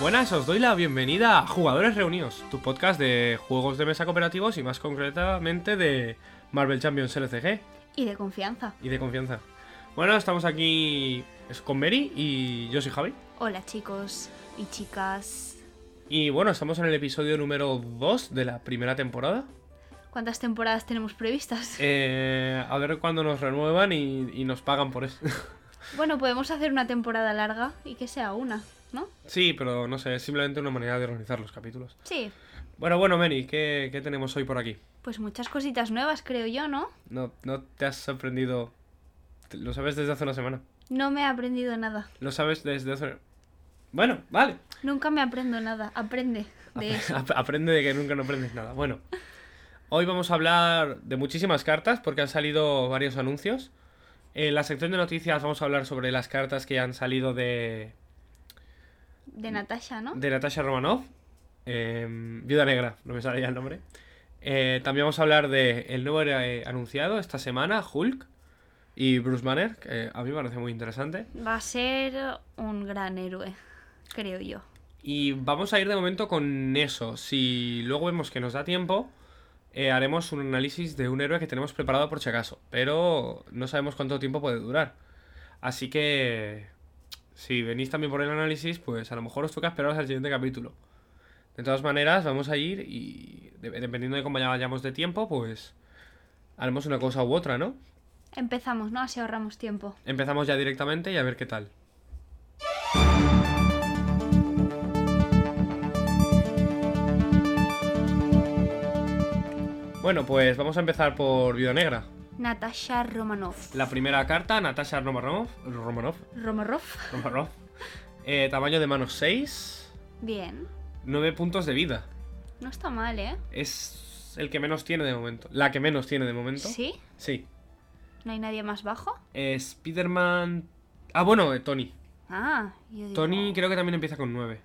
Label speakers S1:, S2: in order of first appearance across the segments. S1: Buenas, os doy la bienvenida a Jugadores Reunidos, tu podcast de juegos de mesa cooperativos y más concretamente de Marvel Champions LCG
S2: Y de confianza.
S1: y de confianza. Bueno, estamos aquí es con Mary y yo soy Javi.
S2: Hola chicos y chicas.
S1: Y bueno, estamos en el episodio número 2 de la primera temporada.
S2: ¿Cuántas temporadas tenemos previstas?
S1: Eh, a ver cuándo nos renuevan y, y nos pagan por eso.
S2: Bueno, podemos hacer una temporada larga y que sea una, ¿no?
S1: sí, pero no sé, es simplemente una manera de organizar los capítulos.
S2: Sí.
S1: Bueno, bueno, Mary, ¿qué, qué tenemos hoy por aquí?
S2: Pues muchas cositas nuevas, creo yo, ¿no?
S1: No, no te has sorprendido. Te- Lo sabes desde hace una semana.
S2: No me he aprendido nada.
S1: Lo sabes desde hace. Bueno, vale.
S2: Nunca me aprendo nada. Aprende de eso.
S1: Ap- Aprende de que nunca no aprendes nada. Bueno, hoy vamos a hablar de muchísimas cartas porque han salido varios anuncios. En la sección de noticias vamos a hablar sobre las cartas que han salido de,
S2: De Natasha, ¿no?
S1: de Natasha Romanoff, eh, Viuda Negra, no me sale ya el nombre. Eh, también vamos a hablar de el nuevo eh, anunciado esta semana, Hulk y Bruce Banner, que a mí me parece muy interesante.
S2: Va a ser un gran héroe, creo yo.
S1: Y vamos a ir de momento con eso. Si luego vemos que nos da tiempo, eh, haremos un análisis de un héroe que tenemos preparado por si acaso. Pero no sabemos cuánto tiempo puede durar. Así que si venís también por el análisis, pues a lo mejor os toca esperaros al siguiente capítulo. De todas maneras, vamos a ir y de- dependiendo de cómo ya vayamos de tiempo, pues haremos una cosa u otra, ¿no?
S2: Empezamos, ¿no? Así ahorramos tiempo.
S1: Empezamos ya directamente y a ver qué tal. Bueno, pues vamos a empezar por Viuda Negra.
S2: Natasha Romanoff.
S1: La primera carta, Natasha Romanov. Romanov.
S2: Romaroff.
S1: Romanov. Eh, tamaño de manos 6.
S2: Bien.
S1: 9 puntos de vida.
S2: No está mal, ¿eh?
S1: Es el que menos tiene de momento. La que menos tiene de momento.
S2: ¿Sí?
S1: Sí.
S2: ¿No hay nadie más bajo?
S1: Eh, Spider-Man. Ah, bueno, eh, Tony.
S2: Ah, yo digo...
S1: Tony creo que también empieza con 9.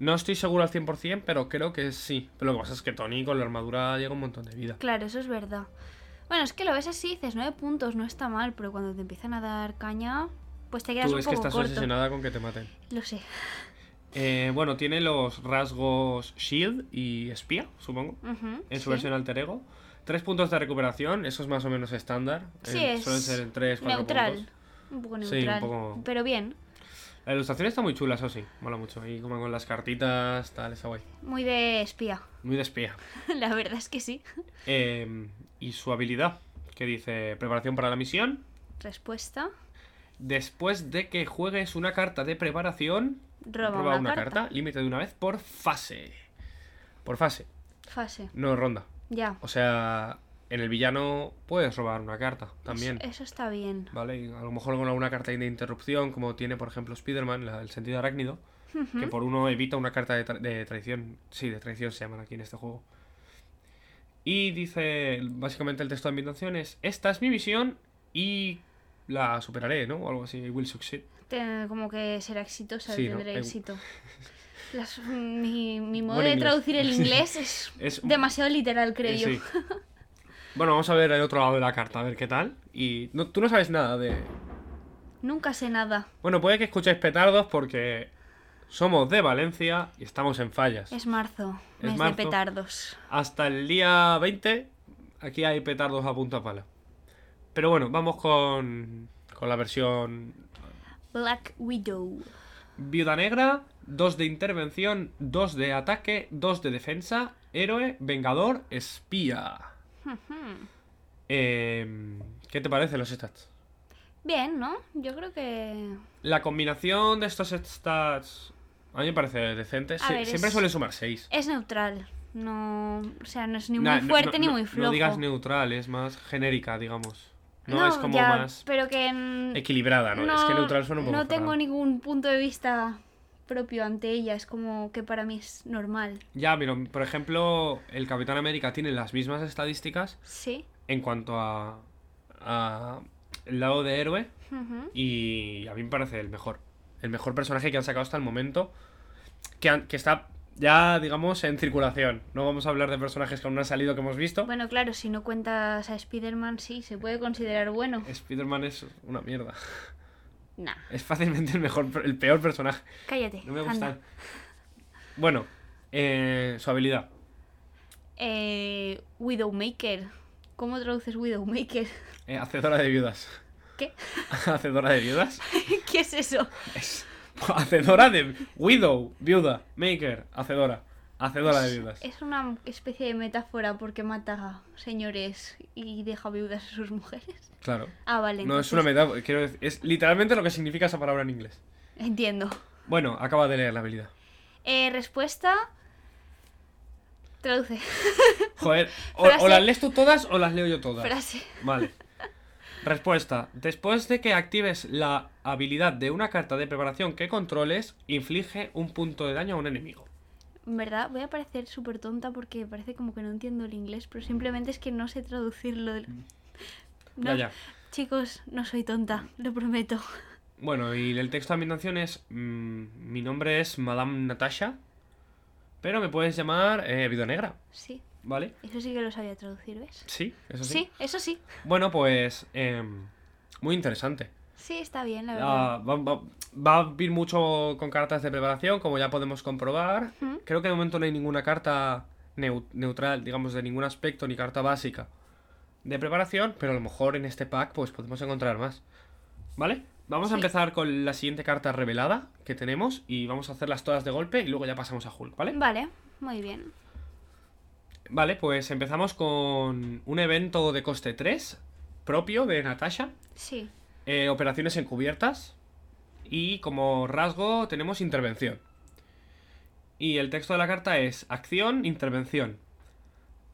S1: No estoy seguro al 100%, pero creo que sí. Pero lo que pasa es que Tony con la armadura llega un montón de vida.
S2: Claro, eso es verdad. Bueno, es que lo ves así, dices nueve puntos, no está mal, pero cuando te empiezan a dar caña, pues te quedas
S1: Tú
S2: un
S1: es
S2: poco
S1: que estás
S2: corto.
S1: obsesionada con que te maten.
S2: Lo sé.
S1: Eh, bueno, tiene los rasgos Shield y Espía, supongo,
S2: Ujú,
S1: en su
S2: sí.
S1: versión alter ego. 3 puntos de recuperación, eso es más o menos estándar.
S2: Sí,
S1: Eh,
S2: es
S1: Suelen ser 3, 4
S2: neutral.
S1: puntos.
S2: Un poco
S1: Sí, un
S2: neutral.
S1: poco-
S2: Pero bien.
S1: La ilustración está muy chula, eso sí. Mola mucho. Ahí como con las cartitas, tal, está guay.
S2: Muy de espía.
S1: Muy de espía.
S2: La verdad es que sí.
S1: Eh, y su habilidad, que dice preparación para la misión,
S2: Respuesta.
S1: Después de que juegues una carta de preparación,
S2: Roba,
S1: roba una, carta, límite de una vez por fase. Por fase,
S2: Fase.
S1: no ronda.
S2: Ya.
S1: O sea, en el villano puedes robar una carta también.
S2: Eso, eso está bien.
S1: ¿Vale? Y a lo mejor con alguna carta de interrupción, como tiene, por ejemplo, Spider-Man, la- el sentido arácnido, que por uno evita una carta de, tra- de traición. Sí, de traición se llaman aquí en este juego. Y dice, básicamente el texto de ambientación es, esta es mi misión y la superaré, ¿no? O algo así, I will succeed.
S2: Te- como que será exitosa,
S1: Sí, ¿no?
S2: tendré
S1: Eh,
S2: éxito. Las- mi, mi modo
S1: Buen
S2: de
S1: inglés.
S2: traducir el inglés es,
S1: Es un-
S2: demasiado literal, creo
S1: Eh,
S2: yo.
S1: sí. Bueno, vamos a ver el otro lado de la carta, a ver qué tal. Y no- tú no sabes nada de...
S2: Nunca sé nada.
S1: Bueno, puede que escuchéis petardos porque somos de Valencia y estamos en fallas.
S2: Es marzo,
S1: Es
S2: mes
S1: marzo.
S2: de petardos.
S1: Hasta el día 20 aquí hay petardos a punta pala. Pero bueno, vamos con, con la versión
S2: Black Widow.
S1: Viuda Negra, 2 de intervención, 2 de ataque, 2 de defensa, héroe, vengador, espía.
S2: Ujú.
S1: Em, ¿Qué te parecen los stats?
S2: Bien, ¿no? Yo creo que.
S1: La combinación de estos stats a mí me parece decente.
S2: A
S1: Sie-
S2: ver,
S1: siempre
S2: es-
S1: suelen sumar 6.
S2: Es neutral. No. O sea, no es ni muy fuerte ni muy flojo.
S1: No digas neutral, es más genérica, digamos. No, es como
S2: ya,
S1: más
S2: Pero que. mm,
S1: equilibrada, ¿no? Es que neutral suena un poco
S2: No tengo
S1: fatal.
S2: ningún punto de vista propio ante ella. Es como que para mí es normal.
S1: Ya, pero por ejemplo, el Capitán América tiene las mismas estadísticas
S2: Sí.
S1: en cuanto a, a el lado de héroe
S2: Ujú.
S1: y a mí me parece el mejor. El mejor personaje que han sacado hasta el momento. Que, han- que está ya, digamos, en circulación. No vamos a hablar de personajes que aún no han salido que hemos visto.
S2: Bueno, claro, si no cuentas a Spider-Man, sí, se puede considerar bueno.
S1: Spider-Man es una mierda.
S2: Nah,
S1: Es fácilmente el mejor, el peor personaje.
S2: cállate.
S1: No me gusta.
S2: anda.
S1: Bueno, eh, su habilidad.
S2: Eh, Widowmaker. ¿Cómo traduces Widowmaker?
S1: Eh, hacedora de viudas.
S2: ¿Qué?
S1: ¿Hacedora de viudas?
S2: ¿Qué es eso?
S1: Es hacedora de... Widow, viuda, maker, hacedora. Hacedora de viudas.
S2: Es una especie de metáfora porque mata señores y deja viudas a sus mujeres.
S1: Claro.
S2: Ah, vale.
S1: No es
S2: entonces-
S1: una metáfora, quiero decir, es literalmente lo que significa esa palabra en inglés.
S2: Entiendo.
S1: Bueno, acaba de leer la habilidad.
S2: Eh, respuesta. Traduce.
S1: Joder, o,
S2: Frase-
S1: o las lees tú todas o las leo yo todas.
S2: Frase.
S1: Vale. Respuesta. Después de que actives la habilidad de una carta de preparación que controles, inflige un punto de daño a un enemigo.
S2: En verdad, voy a parecer súper tonta porque parece como que no entiendo el inglés, pero simplemente es que no sé traducirlo. No,
S1: Ya, Mm. ya.
S2: Chicos, no soy tonta, lo prometo.
S1: Bueno, y el texto de ambientación es... mm, mi nombre es Madame Natasha, pero me puedes llamar eh, Viuda Negra,
S2: Sí,
S1: ¿vale?
S2: eso sí que lo sabía traducir, ¿ves?
S1: Sí, eso sí.
S2: Sí, eso sí.
S1: Bueno, pues... em, muy interesante.
S2: Sí, está bien, la verdad.
S1: Ah, va, va- va a vir mucho con cartas de preparación, como ya podemos comprobar.
S2: Ujú.
S1: Creo que de momento no hay ninguna carta neu- neutral, digamos, de ningún aspecto, ni carta básica de preparación, pero a lo mejor en este pack pues podemos encontrar más. ¿Vale? Vamos a
S2: Sí.
S1: empezar con la siguiente carta revelada que tenemos y vamos a hacerlas todas de golpe y luego ya pasamos a Hulk, ¿vale?
S2: Vale, muy bien.
S1: Vale, pues empezamos con un evento de coste 3 propio de Natasha.
S2: Sí,
S1: Eh, operaciones encubiertas. Y como rasgo tenemos intervención. Y el texto de la carta es acción, intervención.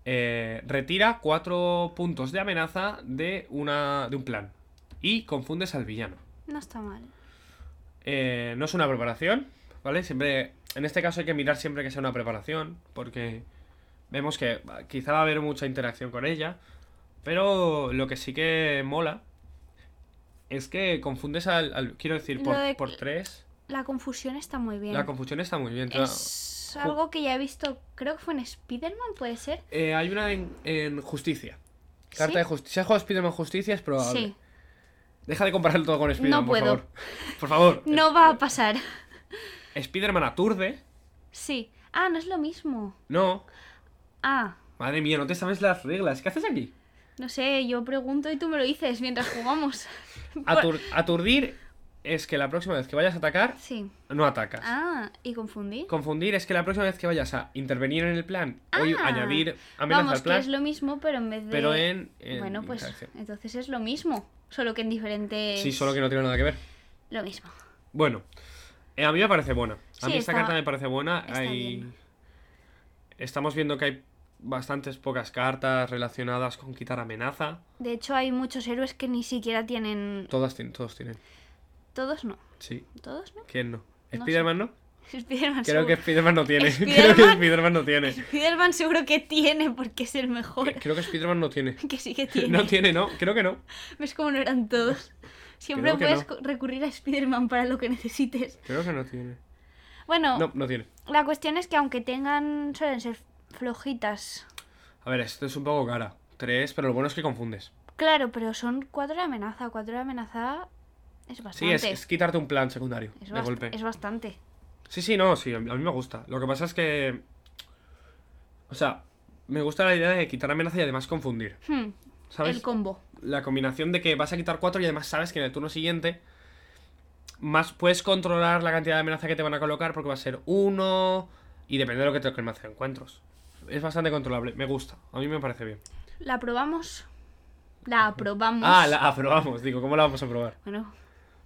S1: Eh, retira cuatro puntos de amenaza de, una, de un plan. Y confundes al villano.
S2: no está mal.
S1: Eh, no es una preparación, ¿vale? Siempre. En este caso hay que mirar siempre que sea una preparación. Porque vemos que bah, quizá va a haber mucha interacción con ella. Pero lo que sí que mola es que confundes al. al- quiero decir, por,
S2: Lo de-
S1: por tres.
S2: La confusión está muy bien.
S1: La confusión está muy bien.
S2: Es algo que ya he visto, creo que fue en Spider-Man, puede ser.
S1: Eh, hay una en, en justicia. Carta
S2: ¿Sí?
S1: de justicia. Si has jugado a Spider-Man Justicia, es probable.
S2: Sí,
S1: Deja de compararlo todo con Spider-Man, por
S2: puedo.
S1: favor. Por favor.
S2: no va a pasar.
S1: Spider-Man aturde.
S2: Sí. Ah, no es lo mismo.
S1: No.
S2: Ah,
S1: Madre mía, no te sabes las reglas. ¿Qué haces aquí?
S2: no sé, yo pregunto y tú me lo dices mientras jugamos.
S1: Atur- aturdir es que la próxima vez que vayas a atacar,
S2: Sí.
S1: no atacas.
S2: Ah, y confundí.
S1: Confundir es que la próxima vez que vayas a intervenir en el plan o y-
S2: Ah.
S1: añadir amenaza
S2: Vamos,
S1: al
S2: que
S1: plan,
S2: es lo mismo, pero en vez de.
S1: pero en, en
S2: bueno, pues
S1: interacción.
S2: entonces es lo mismo, solo que en diferentes.
S1: Sí, solo que no tiene nada que ver.
S2: Lo mismo.
S1: Bueno, eh, a mí me parece buena. A
S2: Sí,
S1: mí esta
S2: está-
S1: carta me parece buena.
S2: está
S1: Hay-
S2: bien.
S1: Estamos viendo que hay bastantes pocas cartas relacionadas con quitar amenaza.
S2: De hecho, hay muchos héroes que ni siquiera tienen.
S1: Todas tienen, todos tienen.
S2: Todos no.
S1: Sí,
S2: Todos no.
S1: ¿quién no?
S2: sé.
S1: ¿Spiderman no?
S2: Spiderman
S1: Creo que
S2: seguro.
S1: Spiderman no tiene. Creo que
S2: Spiderman-
S1: Spiderman no tiene.
S2: Spiderman seguro que tiene porque es el mejor.
S1: Creo que Spiderman no tiene.
S2: Que sí que tiene.
S1: No tiene, no, creo que no.
S2: ¿Ves cómo no eran todos? Siempre
S1: Creo que
S2: puedes
S1: no.
S2: co- recurrir a Spiderman para lo que necesites.
S1: Creo que no tiene.
S2: Bueno,
S1: No, no tiene.
S2: la cuestión es que aunque tengan, suelen ser flojitas.
S1: A ver, esto es un poco cara. Tres, pero lo bueno es que confundes.
S2: Claro, pero son cuatro de amenaza. Cuatro de amenaza es
S1: Sí,
S2: bastante.
S1: es, es quitarte un plan secundario
S2: Es
S1: de
S2: bast-
S1: golpe.
S2: es bastante.
S1: Sí, sí, no, sí, a mí a mí me gusta. Lo que pasa es que. O sea, me gusta la idea de quitar amenaza y además confundir.
S2: Hmm,
S1: ¿Sabes?
S2: El combo.
S1: la combinación de que vas a quitar cuatro y además sabes que en el turno siguiente más puedes controlar la cantidad de amenaza que te van a colocar porque va a ser uno y depende de lo que te toquen hacer encuentros. Es bastante controlable, me gusta, a mí me parece bien.
S2: ¿La probamos? La aprobamos.
S1: Ah, la aprobamos, digo, ¿cómo la vamos a probar?
S2: Bueno,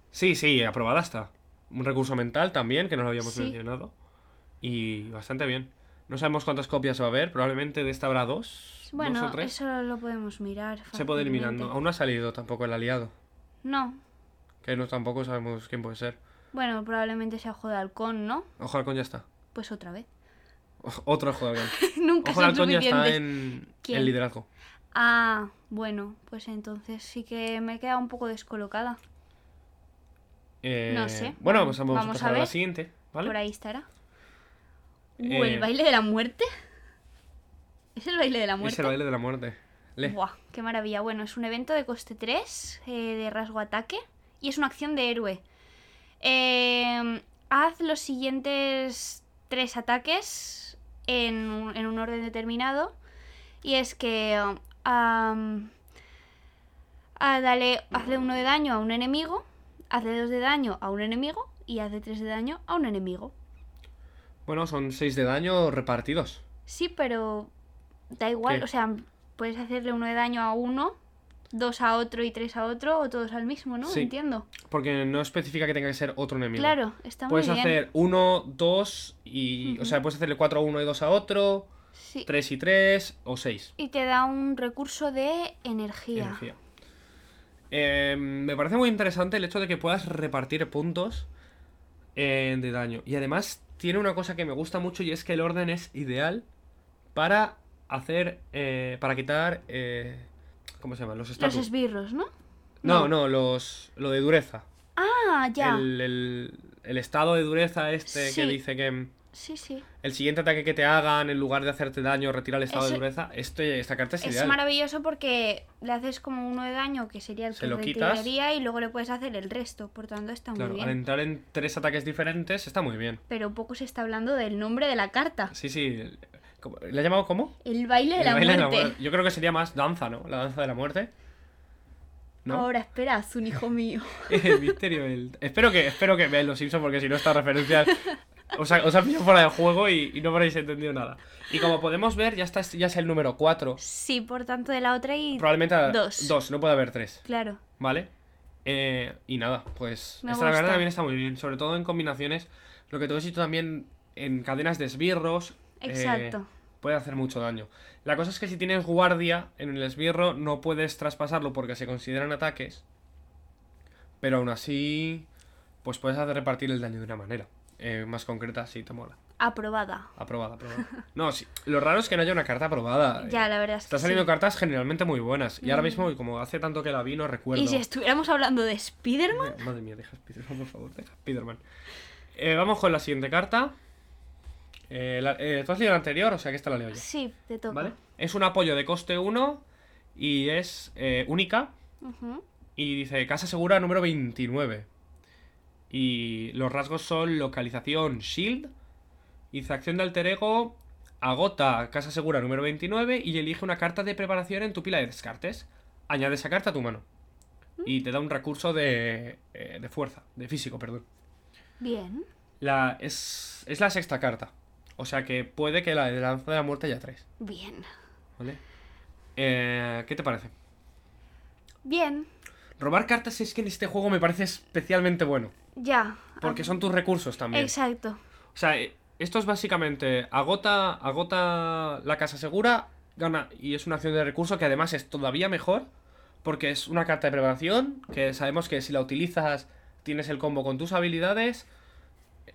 S1: Sí, sí, aprobada está. Un recurso mental también, que no lo habíamos
S2: Sí.
S1: mencionado. Y bastante bien. No sabemos cuántas copias va a haber, probablemente de esta habrá dos, dos o
S2: bueno
S1: tres.
S2: eso lo podemos mirar.
S1: Se puede ir mirando.
S2: fácilmente.
S1: Aún no ha salido tampoco el aliado,
S2: No.
S1: que no tampoco sabemos quién puede ser.
S2: Bueno, probablemente sea Ojo de Halcón, ¿no?
S1: Ojo Halcón ya está.
S2: Pues otra vez.
S1: O- Otro ojo de halcón.
S2: Nunca
S1: Ojo de
S2: son
S1: halcón ya está
S2: suficientes.
S1: en,
S2: ¿Quién?
S1: en liderazgo.
S2: Ah, bueno, pues entonces sí que me he quedado un poco descolocada.
S1: Eh,
S2: No sé.
S1: Bueno, vamos, vamos
S2: Vamos
S1: a
S2: a
S1: pasar a, la
S2: ver.
S1: siguiente, ¿vale?
S2: Por ahí estará. Uh,
S1: Eh,
S2: ¿El baile de la muerte? ¿Es el baile de la
S1: es
S2: muerte?
S1: el baile de la muerte. Le.
S2: Buah, qué maravilla. Bueno, es un evento de coste 3, eh, de rasgo ataque, y es una acción de héroe. Eh, haz los Em, siguientes tres ataques en, un- en un orden determinado. Y es que am, ah, dale, hazle uno de daño a un enemigo, hazle dos de daño a un enemigo y hazle tres de daño a un enemigo.
S1: Bueno, son 6 de daño repartidos.
S2: Sí, pero da igual,
S1: ¿Qué?
S2: o sea, puedes hacerle uno de daño a uno, dos a otro y tres a otro, o todos al mismo, ¿no?
S1: Sí.
S2: Entiendo.
S1: Porque no especifica que tenga que ser otro enemigo.
S2: Claro, está
S1: Puedes
S2: muy bien.
S1: hacer 1, 2 y. O sea, puedes hacerle 4 a uno y 2 a otro,
S2: Sí.
S1: 3 y 3, o 6.
S2: Y te da un recurso de energía.
S1: Energía. Eh, me parece muy interesante el hecho de que puedas repartir puntos eh, de daño. Y además tiene una cosa que me gusta mucho y es que el orden es ideal para hacer. eh, para quitar. eh, ¿Cómo se llaman? Los
S2: Los
S1: estatus.
S2: esbirros, ¿no?
S1: No, no, los, lo de dureza.
S2: Ah, ya.
S1: El, el- el estado de dureza este que
S2: Sí.
S1: dice que mm,
S2: Sí, sí.
S1: el siguiente ataque que te hagan, en lugar de hacerte daño, retira el estado de
S2: Eso-
S1: dureza. Este, esta carta es,
S2: Es
S1: ideal.
S2: maravilloso porque le haces como uno de daño, que sería el
S1: Se
S2: que
S1: lo quitas.
S2: retiraría, y luego le puedes hacer el resto. Por tanto, está
S1: Claro,
S2: muy
S1: al
S2: bien.
S1: entrar en tres ataques diferentes está muy bien.
S2: Pero poco se está hablando del nombre de la carta.
S1: Sí, sí. el- ¿cómo- ¿Le ha llamado cómo?
S2: El baile de
S1: El
S2: la
S1: baile de
S2: muerte.
S1: muer- Yo creo que sería más danza, ¿no? La danza de la muerte. ¿No?
S2: Ahora espera, un hijo mío.
S1: El misterio del- Espero que, espero que veáis los Simpsons porque si no estas referencias os, ha, os ha pillado fuera de juego y, y no habréis entendido nada. Y como podemos ver, ya, está, ya es el número 4.
S2: Sí, por tanto, de la otra y.
S1: Probablemente a-
S2: Dos.
S1: dos, no puede haber tres.
S2: Claro.
S1: ¿Vale? Eh, y nada, pues
S2: Me
S1: esta la verdad
S2: gusta.
S1: también está muy bien, sobre todo en combinaciones. Lo que tú has dicho también en cadenas de esbirros. eh,
S2: Exacto.
S1: puede hacer mucho daño. La cosa es que si tienes guardia en el esbirro, no puedes traspasarlo porque se consideran ataques. Pero aún así, pues puedes hacer repartir el daño de una manera eh, más concreta si te mola.
S2: Aprobada.
S1: Aprobada, aprobada. no, sí, lo raro es que no haya una carta aprobada. eh.
S2: Ya, la verdad es que.
S1: Están saliendo
S2: sí.
S1: cartas generalmente muy buenas. Y ahora
S2: Mm.
S1: mismo, como hace tanto que la vi, no recuerdo.
S2: Y si estuviéramos hablando de Spider-Man.
S1: Eh, Madre mía, deja Spiderman, por favor, deja Spiderman. Eh, vamos con la siguiente carta. Eh, la- eh, ¿Tú has leído la anterior? O sea que esta la leo yo.
S2: Sí, te toca.
S1: ¿Vale? Es un apoyo de coste 1 y es eh, única.
S2: Ujú.
S1: Y dice casa segura número 29. Y los rasgos son localización shield. Y acción de alter ego agota casa segura número 29 y elige una carta de preparación en tu pila de descartes. Añade esa carta a tu mano. Y te da un recurso de, eh, de fuerza, de físico, perdón.
S2: Bien.
S1: La, es, es la sexta carta. O sea que puede que la de lanza de la muerte ya tres.
S2: Bien.
S1: ¿Vale? Eh, ¿Qué te parece?
S2: Bien.
S1: Robar cartas es que en este juego me parece especialmente bueno.
S2: Ya.
S1: Porque
S2: Ah,
S1: son tus recursos también.
S2: Exacto.
S1: O sea, eh, esto es básicamente agota, agota la casa segura, gana y es una acción de recurso que además es todavía mejor porque es una carta de preparación que sabemos que si la utilizas tienes el combo con tus habilidades.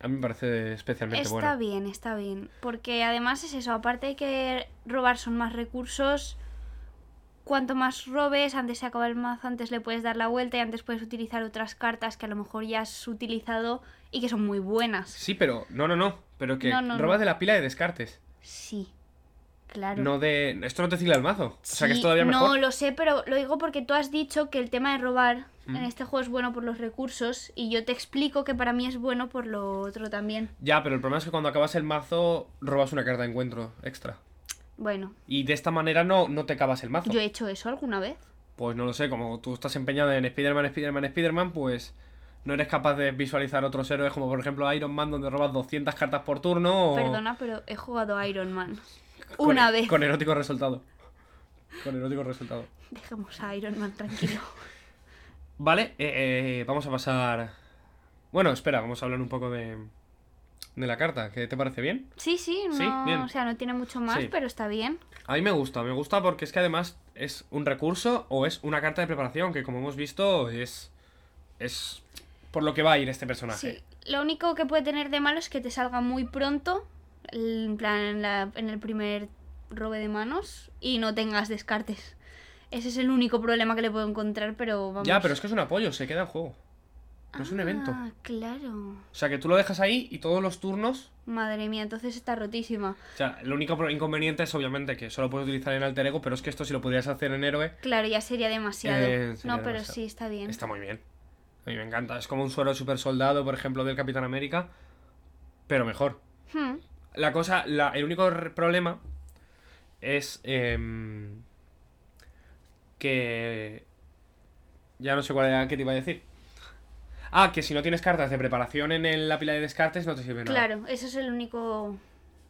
S1: A mí me parece especialmente
S2: Está
S1: bueno.
S2: bien, está bien. Porque además es eso, aparte de que robar son más recursos, cuanto más robes, antes se acaba el mazo, antes le puedes dar la vuelta y antes puedes utilizar otras cartas que a lo mejor ya has utilizado y que son muy buenas.
S1: Sí, pero no, no, no, pero que
S2: No, no,
S1: robas
S2: no.
S1: de la pila de descartes,
S2: Sí, claro.
S1: no de esto no te cicla el mazo, o sea que es
S2: Sí,
S1: todavía mejor.
S2: No, lo sé, pero lo digo porque tú has dicho que el tema de robar
S1: Mm.
S2: en este juego es bueno por los recursos y yo te explico que para mí es bueno por lo otro también.
S1: Ya, pero el problema es que cuando acabas el mazo robas una carta de encuentro extra.
S2: Bueno,
S1: Y de esta manera no, no te acabas el mazo.
S2: yo he hecho eso alguna vez.
S1: Pues no lo sé, como tú estás empeñada en Spider-Man, Spider-Man, Spider-Man, pues no eres capaz de visualizar otros héroes como por ejemplo Iron Man donde robas 200 cartas por turno o...
S2: Perdona, pero he jugado a Iron Man.
S1: Oh. con- e-
S2: Una vez.
S1: Con erótico resultado. Con erótico resultado.
S2: Dejemos a Iron Man tranquilo.
S1: Vale, eh, eh, vamos a pasar... Bueno, espera, vamos a hablar un poco de, de la carta. ¿Qué te parece bien?
S2: Sí, sí, no,
S1: Sí, bien.
S2: o sea, no tiene mucho más,
S1: Sí.
S2: pero está bien.
S1: A mí me gusta, me gusta porque es que además es un recurso o es una carta de preparación que como hemos visto es es por lo que va a ir este personaje.
S2: Sí. Lo único que puede tener de malo es que te salga muy pronto, el- en plan en, la- en el primer robe de manos, y no tengas descartes. Ese es el único problema que le puedo encontrar, pero vamos.
S1: ya, pero es que es un apoyo, se queda en juego. No es un evento.
S2: Ah, claro.
S1: O sea, que tú lo dejas ahí y todos los turnos...
S2: Madre mía, entonces está rotísima.
S1: O sea, el único pro- inconveniente es obviamente que solo puedes utilizar en alter ego, pero es que esto si lo podrías hacer en héroe
S2: Claro, ya sería demasiado.
S1: Eh, sería
S2: no, pero
S1: demasiado.
S2: sí, está bien.
S1: está muy bien. A mí me encanta. Es como un suero super soldado, por ejemplo, del Capitán América, pero mejor.
S2: Hmm,
S1: La cosa, la- el único r- problema es em, que... Ya no sé cuál era que te iba a decir. Ah, que si no tienes cartas de preparación en el- la pila de descartes no te sirve nada.
S2: Claro, eso es el único.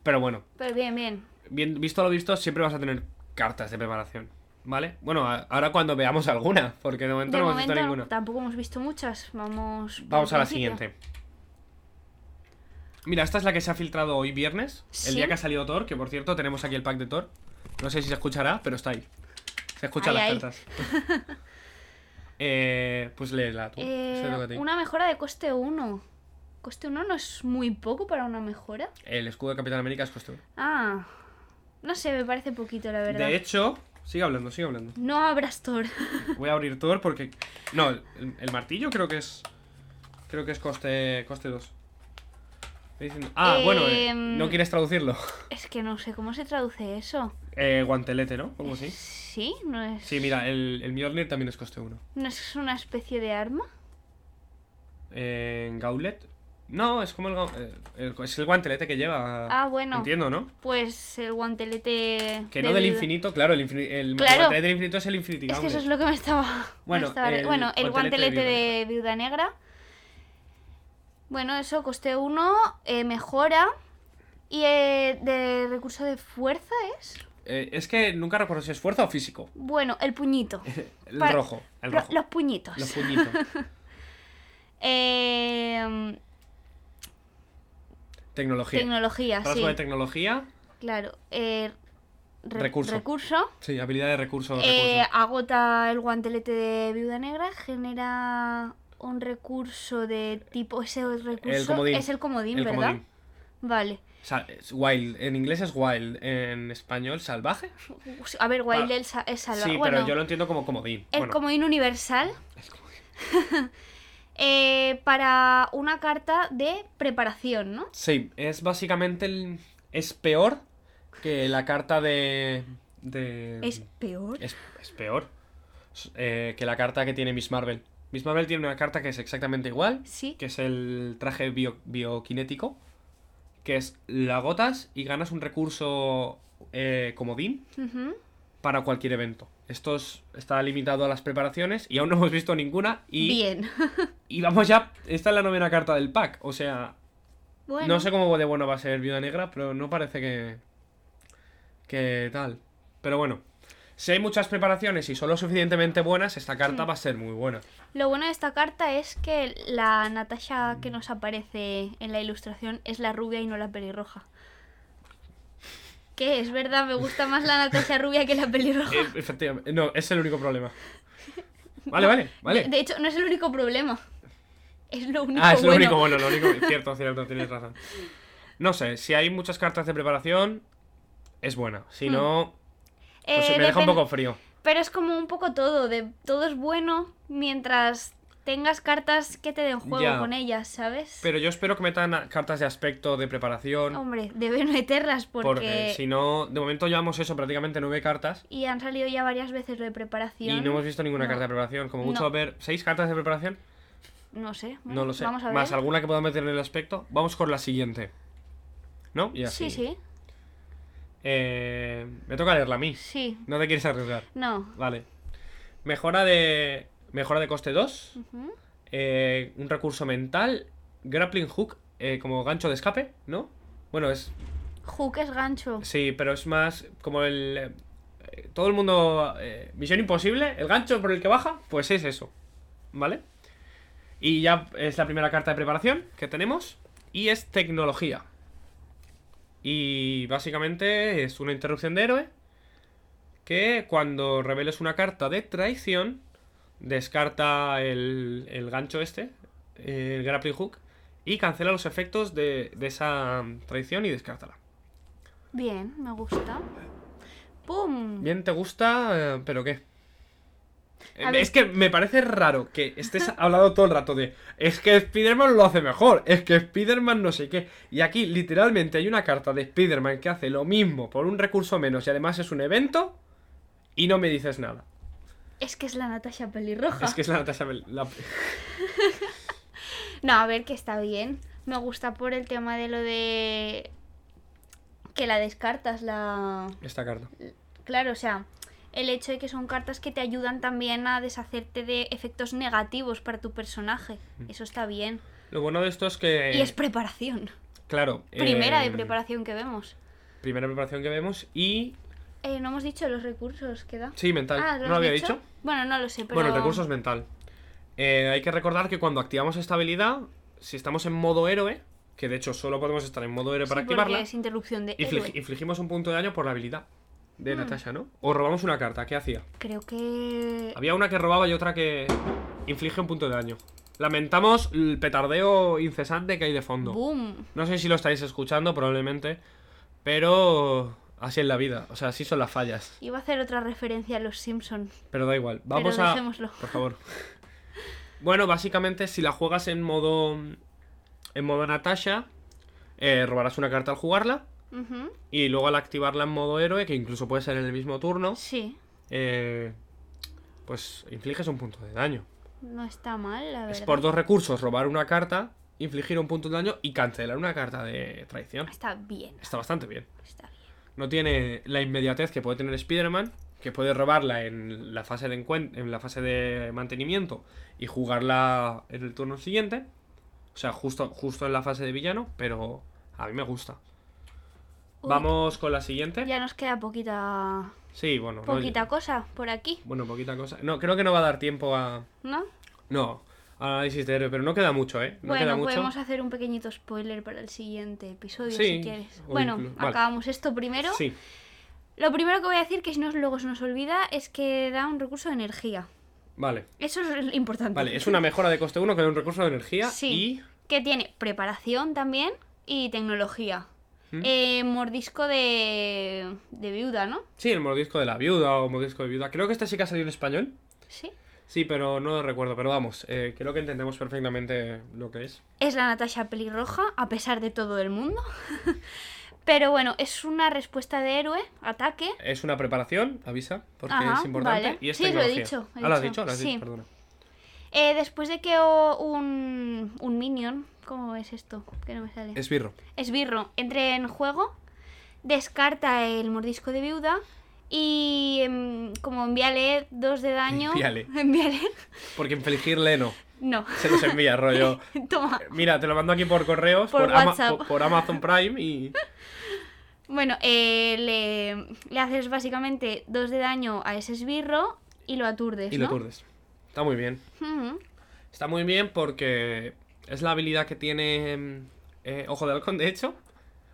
S1: Pero bueno,
S2: Pero bien, bien.
S1: bien, visto lo visto, siempre vas a tener cartas de preparación. ¿Vale? Bueno, a- ahora cuando veamos alguna, porque de momento
S2: de
S1: no hemos
S2: momento
S1: visto ninguna.
S2: tampoco hemos visto muchas. Vamos. por
S1: Vamos a la
S2: principio.
S1: siguiente. Mira, esta es la que se ha filtrado hoy viernes, el
S2: Sí.
S1: día que ha salido Thor, que por cierto tenemos aquí el pack de Thor. No sé si se escuchará, pero está ahí. Se escuchan
S2: Ahí,
S1: las
S2: ahí.
S1: cartas. Eh, pues léela tú.
S2: Eh,
S1: se toca a ti.
S2: una mejora de coste 1. ¿Coste 1 no es muy poco para una mejora?
S1: El escudo de Capitán América es cuestión.
S2: Ah. No sé, me parece poquito, la verdad.
S1: De hecho, sigue hablando, sigue hablando.
S2: No abras Thor.
S1: Voy a abrir Thor porque... No, el, el martillo creo que es... Creo que es coste coste 2. Ah, bueno, eh,
S2: Em,
S1: no quieres traducirlo.
S2: es que no sé cómo se traduce eso.
S1: Eh, guantelete, ¿no? ¿Cómo sí?
S2: Sí, no es.
S1: Sí, mira, el, el Mjolnir también es coste 1.
S2: ¿No es una especie de arma?
S1: En Gauntlet. No, es como el, gau- eh, el- Es el guantelete que lleva.
S2: Ah, bueno.
S1: Entiendo, ¿no?
S2: Pues el guantelete.
S1: Que no del
S2: del-
S1: infinito, claro, el, infini- el
S2: Claro.
S1: guantelete del infinito es el Infinity
S2: Es que eso
S1: Gauntlet.
S2: es lo que me estaba.
S1: Bueno,
S2: me estaba-
S1: el
S2: bueno, el
S1: guantelete de
S2: guantelete de viuda negra. Bueno, eso coste uno, eh, mejora. Y eh, de recurso de fuerza es.
S1: Eh, es que nunca recuerdo si es fuerza o físico.
S2: Bueno, el puñito.
S1: El
S2: Para-
S1: rojo. El
S2: Lo-
S1: rojo.
S2: Los puñitos.
S1: Los puñitos.
S2: Eh,
S1: Tecnología.
S2: tecnología,
S1: Rasgo
S2: sí.
S1: de tecnología.
S2: Claro. eh, re-
S1: Recurso.
S2: recurso.
S1: Sí, habilidad de recursos.
S2: Eh, agota el guantelete de viuda negra, genera un recurso de tipo. Ese recurso
S1: comodín.
S2: es el comodín,
S1: El
S2: ¿verdad?
S1: comodín.
S2: Vale.
S1: Sa- es wild. En inglés es wild. En español, salvaje.
S2: A ver, Wild
S1: Ah,
S2: es sa- es salva-
S1: Sí,
S2: bueno,
S1: pero yo lo entiendo como comodín.
S2: el
S1: Bueno,
S2: comodín universal.
S1: es como-
S2: eh, para una carta de preparación, ¿no?
S1: Sí, es básicamente el. Es peor que la carta de. de-
S2: Es peor.
S1: es- es peor. S- eh, que la carta que tiene Miss Marvel. Miss Marvel tiene una carta que es exactamente igual.
S2: Sí.
S1: Que es el traje bio- bioquinético. Que es la agotas y ganas un recurso eh, comodín
S2: Ujú.
S1: para cualquier evento. Esto es- está limitado a las preparaciones y aún no hemos visto ninguna. Y,
S2: Bien.
S1: y vamos ya. Esta es la novena carta del pack. O sea,
S2: bueno,
S1: no sé cómo de bueno va a ser Viuda Negra, pero no parece que. que tal. Pero bueno, si hay muchas preparaciones y son lo suficientemente buenas, esta carta va a ser muy buena.
S2: Lo bueno de esta carta es que la Natasha que nos aparece en la ilustración es la rubia y no la pelirroja. Que es verdad, me gusta más la Natasha rubia que la pelirroja.
S1: Eh, efectivamente, no, es el único problema. Vale, vale, vale.
S2: De, de hecho, no es el único problema. Es lo único
S1: ah, es lo
S2: bueno.
S1: único bueno, lo único. Cierto, cierto, tienes razón. No sé, si hay muchas cartas de preparación, es buena. Si no, pues
S2: Hmm. Eh,
S1: me deja un
S2: depen-
S1: poco frío.
S2: Pero es como un poco todo, de todo es bueno mientras tengas cartas que te den juego
S1: Ya.
S2: con ellas, ¿sabes?
S1: Pero yo espero que metan a- cartas de aspecto, de preparación.
S2: Hombre, deben meterlas porque...
S1: Porque si no, de momento llevamos eso, prácticamente nueve cartas.
S2: Y han salido ya varias veces lo de preparación.
S1: Y no hemos visto ninguna
S2: No.
S1: carta de preparación. Como mucho
S2: No.
S1: ver seis cartas de preparación.
S2: No sé.
S1: No lo sé.
S2: Vamos a ver.
S1: Más alguna que pueda meter en el aspecto. Vamos con la siguiente. ¿No? Y así.
S2: Sí, sí,
S1: Eh, me toca leerla a mí.
S2: sí.
S1: No te quieres arriesgar.
S2: No.
S1: Vale. Mejora de. Mejora de coste 2.
S2: Ujú.
S1: eh, un recurso mental. Grappling hook eh, como gancho de escape, ¿no? Bueno, es
S2: Hook es gancho.
S1: Sí, pero es más como el... eh, todo el mundo... eh, Misión imposible, el gancho por el que baja, pues es eso. ¿Vale? Y ya es la primera carta de preparación que tenemos. Y es tecnología. Y básicamente es una interrupción de héroe que cuando reveles una carta de traición, descarta el, el gancho este, el grappling hook, y cancela los efectos de, de esa traición y descártala.
S2: Bien, me gusta. ¡Pum!
S1: Bien, te gusta, eh, pero ¿qué? Eh,
S2: A ver.
S1: Es que me parece raro que estés hablando todo el rato de es que Spider-Man lo hace mejor, es que Spider-Man no sé qué. Y aquí literalmente hay una carta de Spider-Man que hace lo mismo por un recurso menos y además es un evento y no me dices nada.
S2: Es que es la Natasha pelirroja.
S1: Es que es la Natasha Bel- la-
S2: No, a ver, que está bien. Me gusta por el tema de lo de que la descartas la...
S1: Esta carta.
S2: Claro, o sea, el hecho de que son cartas que te ayudan también a deshacerte de efectos negativos para tu personaje.
S1: Mm.
S2: Eso está bien.
S1: Lo bueno de esto es que.
S2: Y es preparación.
S1: Claro.
S2: Primera de
S1: em,
S2: preparación que vemos.
S1: Primera preparación que vemos y.
S2: Eh, no hemos dicho los recursos que da.
S1: Sí, mental.
S2: Ah,
S1: ¿No
S2: has
S1: lo había dicho?
S2: Bueno, no lo sé, pero...
S1: Bueno, el recurso es mental. Eh, hay que recordar que cuando activamos esta habilidad, si estamos en modo héroe, que de hecho solo podemos estar en modo héroe
S2: Sí,
S1: para
S2: porque
S1: activarla,
S2: es interrupción de
S1: inflig-
S2: héroe.
S1: infligimos un punto de daño por la habilidad de
S2: Hmm.
S1: Natasha, ¿no? O robamos una carta, ¿qué hacía?
S2: Creo que...
S1: Había una que robaba y otra que inflige un punto de daño. Lamentamos el petardeo incesante que hay de fondo.
S2: Boom.
S1: No sé si lo estáis escuchando, probablemente, pero así es la vida. O sea, así son las fallas.
S2: Iba a hacer otra referencia a los Simpsons.
S1: Pero da igual. Vamos
S2: Pero
S1: a.
S2: dejémoslo.
S1: Por favor. Bueno, básicamente, si la juegas en modo. En modo Natasha, eh, robarás una carta al jugarla.
S2: Ujú.
S1: Y luego al activarla en modo héroe, que incluso puede ser en el mismo turno,
S2: Sí,
S1: eh, pues infliges un punto de daño.
S2: no está mal, la verdad.
S1: Es por dos recursos: robar una carta, infligir un punto de daño y cancelar una carta de traición.
S2: Está bien,
S1: Está bastante bien.
S2: está bien.
S1: no tiene la inmediatez que puede tener Spider-Man, que puede robarla en la fase de encuen- en la fase de mantenimiento y jugarla en el turno siguiente. O sea, justo, justo en la fase de villano, pero a mí me gusta.
S2: Uy,
S1: Vamos con la siguiente.
S2: Ya nos queda poquita
S1: Sí, bueno. no-
S2: poquita cosa por aquí,
S1: bueno, poquita cosa. No, creo que no va a dar tiempo a.
S2: ¿no?
S1: No, al análisis de héroe, pero no queda mucho, ¿eh? No queda
S2: bueno,
S1: mucho.
S2: podemos hacer un pequeñito spoiler para el siguiente episodio
S1: Sí,
S2: si quieres.
S1: o
S2: Bueno,
S1: inclu- vale.
S2: acabamos esto primero.
S1: Sí,
S2: Lo primero que voy a decir, que si no luego se nos olvida, es que da un recurso de energía.
S1: vale.
S2: Eso es lo importante.
S1: Vale, es una mejora de coste 1 que da un recurso de energía
S2: Sí. Que tiene preparación también y tecnología.
S1: ¿Mm?
S2: Eh, mordisco de, de viuda, ¿no?
S1: y. Sí, el mordisco de la viuda o mordisco de viuda. Creo que este sí que ha salido en español.
S2: Sí.
S1: Sí, pero no lo recuerdo, pero vamos, eh, creo que entendemos perfectamente lo que es.
S2: Es la Natasha pelirroja, a pesar de todo el mundo. Pero bueno, es una respuesta de héroe, ataque.
S1: Es una preparación, avisa, porque
S2: Ajá,
S1: es importante.
S2: vale.
S1: Y es
S2: Sí, lo he
S1: tecnología.
S2: dicho, he
S1: ah, lo has
S2: dicho.
S1: dicho, lo has dicho,
S2: Sí.
S1: perdona.
S2: Eh, después de que o- un, un minion, ¿cómo es esto? Que no me sale.
S1: Esbirro.
S2: Esbirro entre en juego, descarta el mordisco de viuda y em, como envíale dos de daño...
S1: Envíale.
S2: Envíale.
S1: Porque infligirle no.
S2: No.
S1: Se los envía, rollo.
S2: Toma.
S1: Mira, te lo mando aquí por correos,
S2: Por
S1: Ama-
S2: WhatsApp.
S1: por- por Amazon Prime y.
S2: Bueno, eh, le, le haces básicamente dos de daño a ese esbirro y lo aturdes.
S1: Y lo
S2: ¿no?
S1: turdes. Está muy bien.
S2: Ujú.
S1: Está muy bien porque es la habilidad que tiene mm, eh, Ojo de Halcón, de hecho.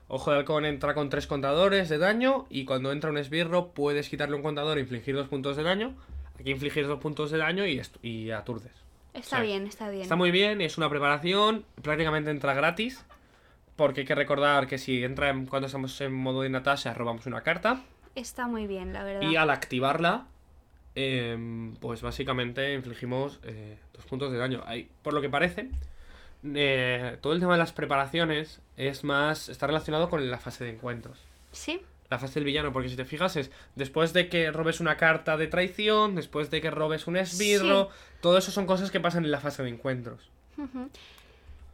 S1: Ojo de Halcón entra con tres contadores de daño y cuando entra un esbirro puedes quitarle un contador e infligir dos puntos de daño. Aquí infligir dos puntos de daño y, est- y aturdes.
S2: Está
S1: Sí.
S2: bien, está bien.
S1: Está muy bien, es una preparación, prácticamente entra gratis. Porque hay que recordar que si entra en- cuando estamos en modo de Natasha robamos una carta.
S2: Está muy bien, la verdad.
S1: Y al activarla, em, pues básicamente infligimos eh, dos puntos de daño. Ahí, por lo que parece, eh, todo el tema de las preparaciones es más está relacionado con la fase de encuentros.
S2: Sí,
S1: La fase del villano, porque si te fijas es después de que robes una carta de traición, después de que robes un esbirro, todo eso son cosas que pasan en la fase de encuentros.
S2: ujú.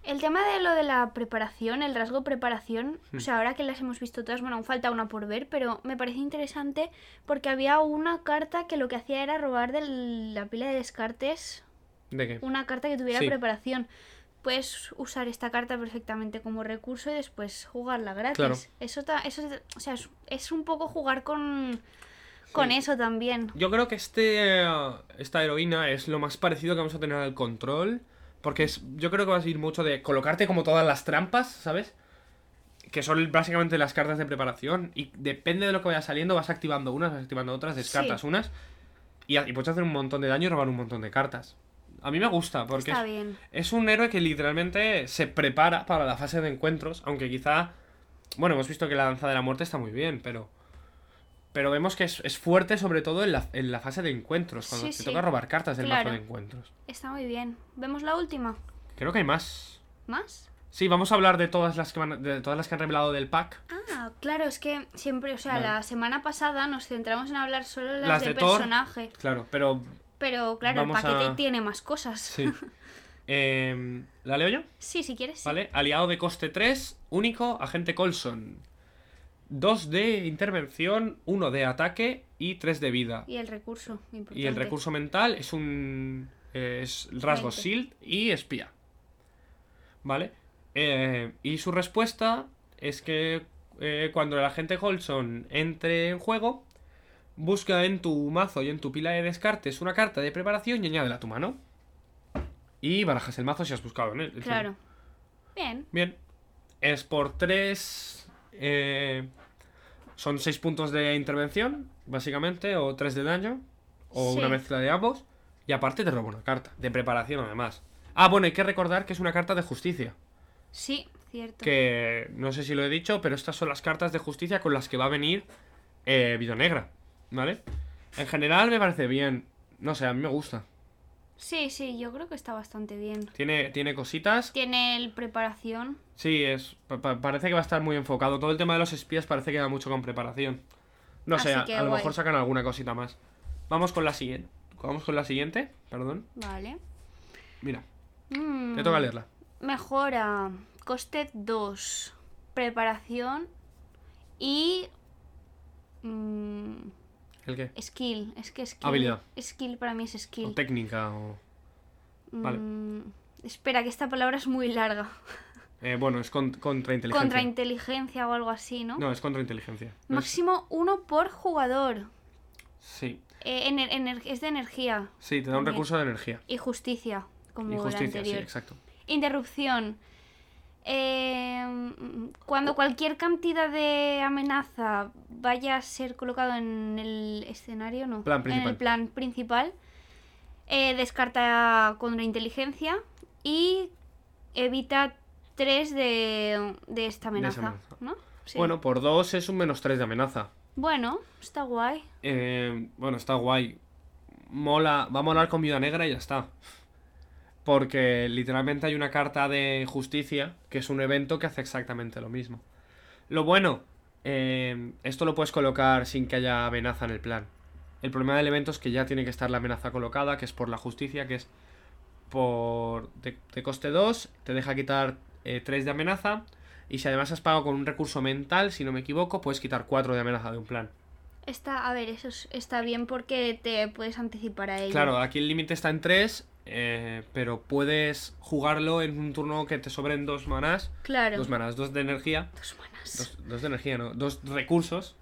S2: El tema de lo de la preparación, el rasgo preparación,
S1: Hmm.
S2: o sea, ahora que las hemos visto todas, bueno, aún falta una por ver, pero me parece interesante porque había una carta que lo que hacía era robar de la pila de descartes
S1: ¿De qué?
S2: una carta que tuviera
S1: Sí.
S2: preparación. Puedes usar esta carta perfectamente como recurso y después jugarla gratis.
S1: Claro.
S2: Eso, ta- eso es- o sea, es, es un poco jugar con, con
S1: Sí.
S2: eso también.
S1: Yo creo que este, eh, esta heroína es lo más parecido que vamos a tener al control. Porque es, yo creo que va a ir mucho de colocarte como todas las trampas, ¿sabes? Que son básicamente las cartas de preparación. Y depende de lo que vaya saliendo, vas activando unas, vas activando otras, descartas
S2: Sí.
S1: unas. Y, ha- y puedes hacer un montón de daño y robar un montón de cartas. A mí me gusta, porque
S2: Está
S1: es-
S2: bien.
S1: es un héroe que literalmente se prepara para la fase de encuentros, aunque quizá... Bueno, hemos visto que la danza de la muerte está muy bien, pero... Pero vemos que es, es fuerte sobre todo en la, en la fase de encuentros, cuando
S2: Sí,
S1: te
S2: sí.
S1: toca robar cartas del mazo
S2: Claro.
S1: de encuentros.
S2: Está muy bien. ¿Vemos la última?
S1: Creo que hay más.
S2: ¿Más?
S1: Sí, vamos a hablar de todas las que, van- de todas las que han revelado del pack.
S2: Ah, claro, es que siempre, o sea,
S1: Vale.
S2: la semana pasada nos centramos en hablar solo las,
S1: Las
S2: de,
S1: de Thor.
S2: personaje.
S1: Claro, pero...
S2: Pero claro,
S1: Vamos
S2: el paquete
S1: a-
S2: tiene más cosas. Sí,
S1: Sí. Em, ¿La leo yo?
S2: si quieres. sí.
S1: Vale, aliado de coste 3, único, agente Colson. 2 de intervención, 1 de ataque y 3 de vida.
S2: Y el recurso,
S1: Y el
S2: importante.
S1: recurso mental es un. eh, Es rasgo
S2: Veinte.
S1: shield E y espía. ¿Vale? Eh, y su respuesta es que eh, cuando el agente Holson entre en juego, busca en tu mazo y en tu pila de descartes una carta de preparación y añádela a tu mano. Y barajas el mazo si has buscado en él. encima.
S2: Claro. Bien.
S1: Bien. Es por 3. son 6 puntos de intervención, básicamente, o 3 de daño, o
S2: Sí.
S1: una mezcla de ambos. Y aparte te roba una carta, de preparación además. Ah, bueno, hay que recordar que es una carta de justicia.
S2: Sí, cierto.
S1: Que no sé si lo he dicho, pero estas son las cartas de justicia con las que va a venir eh, Vida Negra. ¿Vale? En general me parece bien. No sé, a mí me gusta.
S2: Sí, sí, yo creo que está bastante bien.
S1: Tiene, tiene cositas.
S2: Tiene el preparación.
S1: Sí, es, pa- pa- parece que va a estar muy enfocado. Todo el tema de los espías parece que va mucho con preparación. No sé,
S2: Así
S1: a,
S2: que
S1: a lo
S2: guay.
S1: mejor sacan alguna cosita más. Vamos con la siguiente. Vamos con la siguiente, perdón.
S2: Vale.
S1: Mira,
S2: Mm,
S1: te toca leerla.
S2: Mejora. Coste 2. Preparación. Y. mm,
S1: ¿El qué?
S2: skill. Es que skill.
S1: Habilidad.
S2: Skill para mí es
S1: O
S2: skill.
S1: técnica o... vale.
S2: Mm, espera, que esta palabra es muy larga.
S1: eh, bueno, es con- contra inteligencia.
S2: Contra inteligencia o algo así, ¿no?
S1: No, es contra inteligencia. No es-
S2: Máximo uno por jugador.
S1: Sí,
S2: Eh, ener- ener- es de energía
S1: sí, te da un
S2: Bien.
S1: recurso de energía.
S2: y justicia, como
S1: Y
S2: la
S1: justicia, sí,
S2: anterior.
S1: exacto.
S2: Interrupción. Eh, cuando cualquier cantidad de amenaza vaya a ser colocado en el escenario, no,
S1: Plan
S2: en
S1: principal.
S2: el plan principal, eh, descarta contra inteligencia y evita tres de, de esta amenaza,
S1: amenaza.
S2: ¿no? Sí.
S1: Bueno, por dos es un menos tres de amenaza.
S2: Bueno, está guay.
S1: Eh, bueno, está guay. Mola, va a molar con Viuda Negra y ya está. Porque literalmente hay una carta de justicia, que es un evento que hace exactamente lo mismo. Lo bueno, eh, esto lo puedes colocar sin que haya amenaza en el plan. El problema del evento es que ya tiene que estar la amenaza colocada, que es por la justicia, que es por... Te, te coste 2, te deja quitar 3 de amenaza, y si además has pagado con un recurso mental, si no me equivoco, puedes quitar 4 de amenaza de un plan.
S2: Está, a ver, eso es- está bien porque te puedes anticipar a ello.
S1: Claro, aquí el límite está en 3, pero puedes jugarlo en un turno que te sobren dos manás.
S2: Claro.
S1: Dos manás, dos de energía.
S2: Dos manas.
S1: Dos, dos de energía, ¿no? Dos recursos.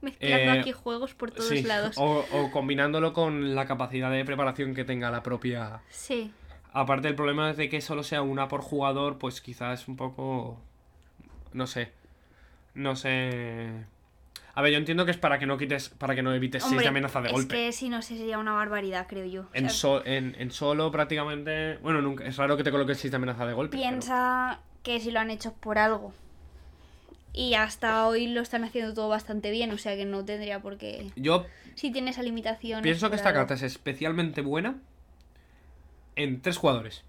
S2: Mezclando
S1: Eh,
S2: aquí juegos por todos
S1: sí,
S2: lados.
S1: O, o combinándolo con la capacidad de preparación que tenga la propia.
S2: Sí,
S1: Aparte, el problema es de que solo sea una por jugador, pues quizás es un poco. No sé. No sé. A ver, yo entiendo que es para que no quites, para que no evites seis
S2: Hombre,
S1: de amenaza de
S2: es
S1: golpe.
S2: que si no sé, sería una barbaridad, creo yo. O
S1: En,
S2: sea,
S1: so- en, en solo prácticamente... Bueno, nunca, es raro que te coloquen 6 de amenaza de golpe. pero-
S2: piensa que si lo han hecho es por algo. Y hasta hoy lo están haciendo todo bastante bien, o sea que no tendría por qué.
S1: Yo
S2: Si tiene esa limitación. es
S1: pienso que
S2: por
S1: esta
S2: algo.
S1: carta es especialmente buena en tres jugadores.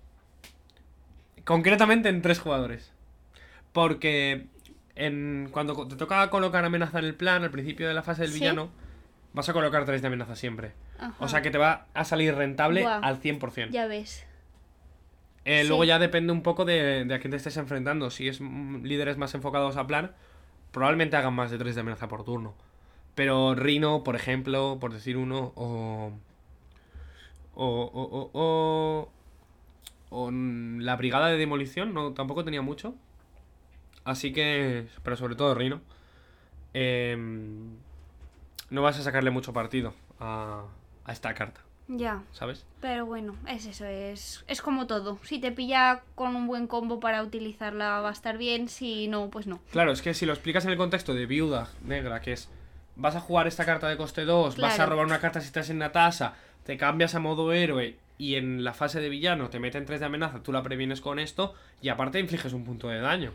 S1: Concretamente en tres jugadores. Porque en, cuando co- te toca colocar amenaza en el plan, al principio de la fase del
S2: Sí.
S1: villano, vas a colocar 3 de amenaza siempre.
S2: Ajá,
S1: O sea que te va a salir rentable
S2: Buah.
S1: al 100%.
S2: Ya ves.
S1: Eh,
S2: Sí.
S1: Luego ya depende un poco de, de a quién te estés enfrentando. Si es mm, líderes más enfocados a plan, probablemente hagan más de 3 de amenaza por turno. Pero Rino, por ejemplo, por decir uno, o. O. O. o- o- o, mm, la brigada de demolición no, tampoco tenía mucho. Así que. Pero sobre todo Rino. em, no vas a sacarle mucho partido a, a esta carta,
S2: Ya.
S1: ¿sabes?
S2: Pero bueno, es eso, es, es como todo. Si te pilla con un buen combo para utilizarla va a estar bien, si no, pues no.
S1: Claro, es que si lo explicas en el contexto de viuda negra, que es vas a jugar esta carta de coste 2, vas a
S2: Claro.
S1: robar una carta si estás en la tasa, te cambias a modo héroe y en la fase de villano te meten 3 de amenaza, tú la previenes con esto y aparte infliges un punto de daño.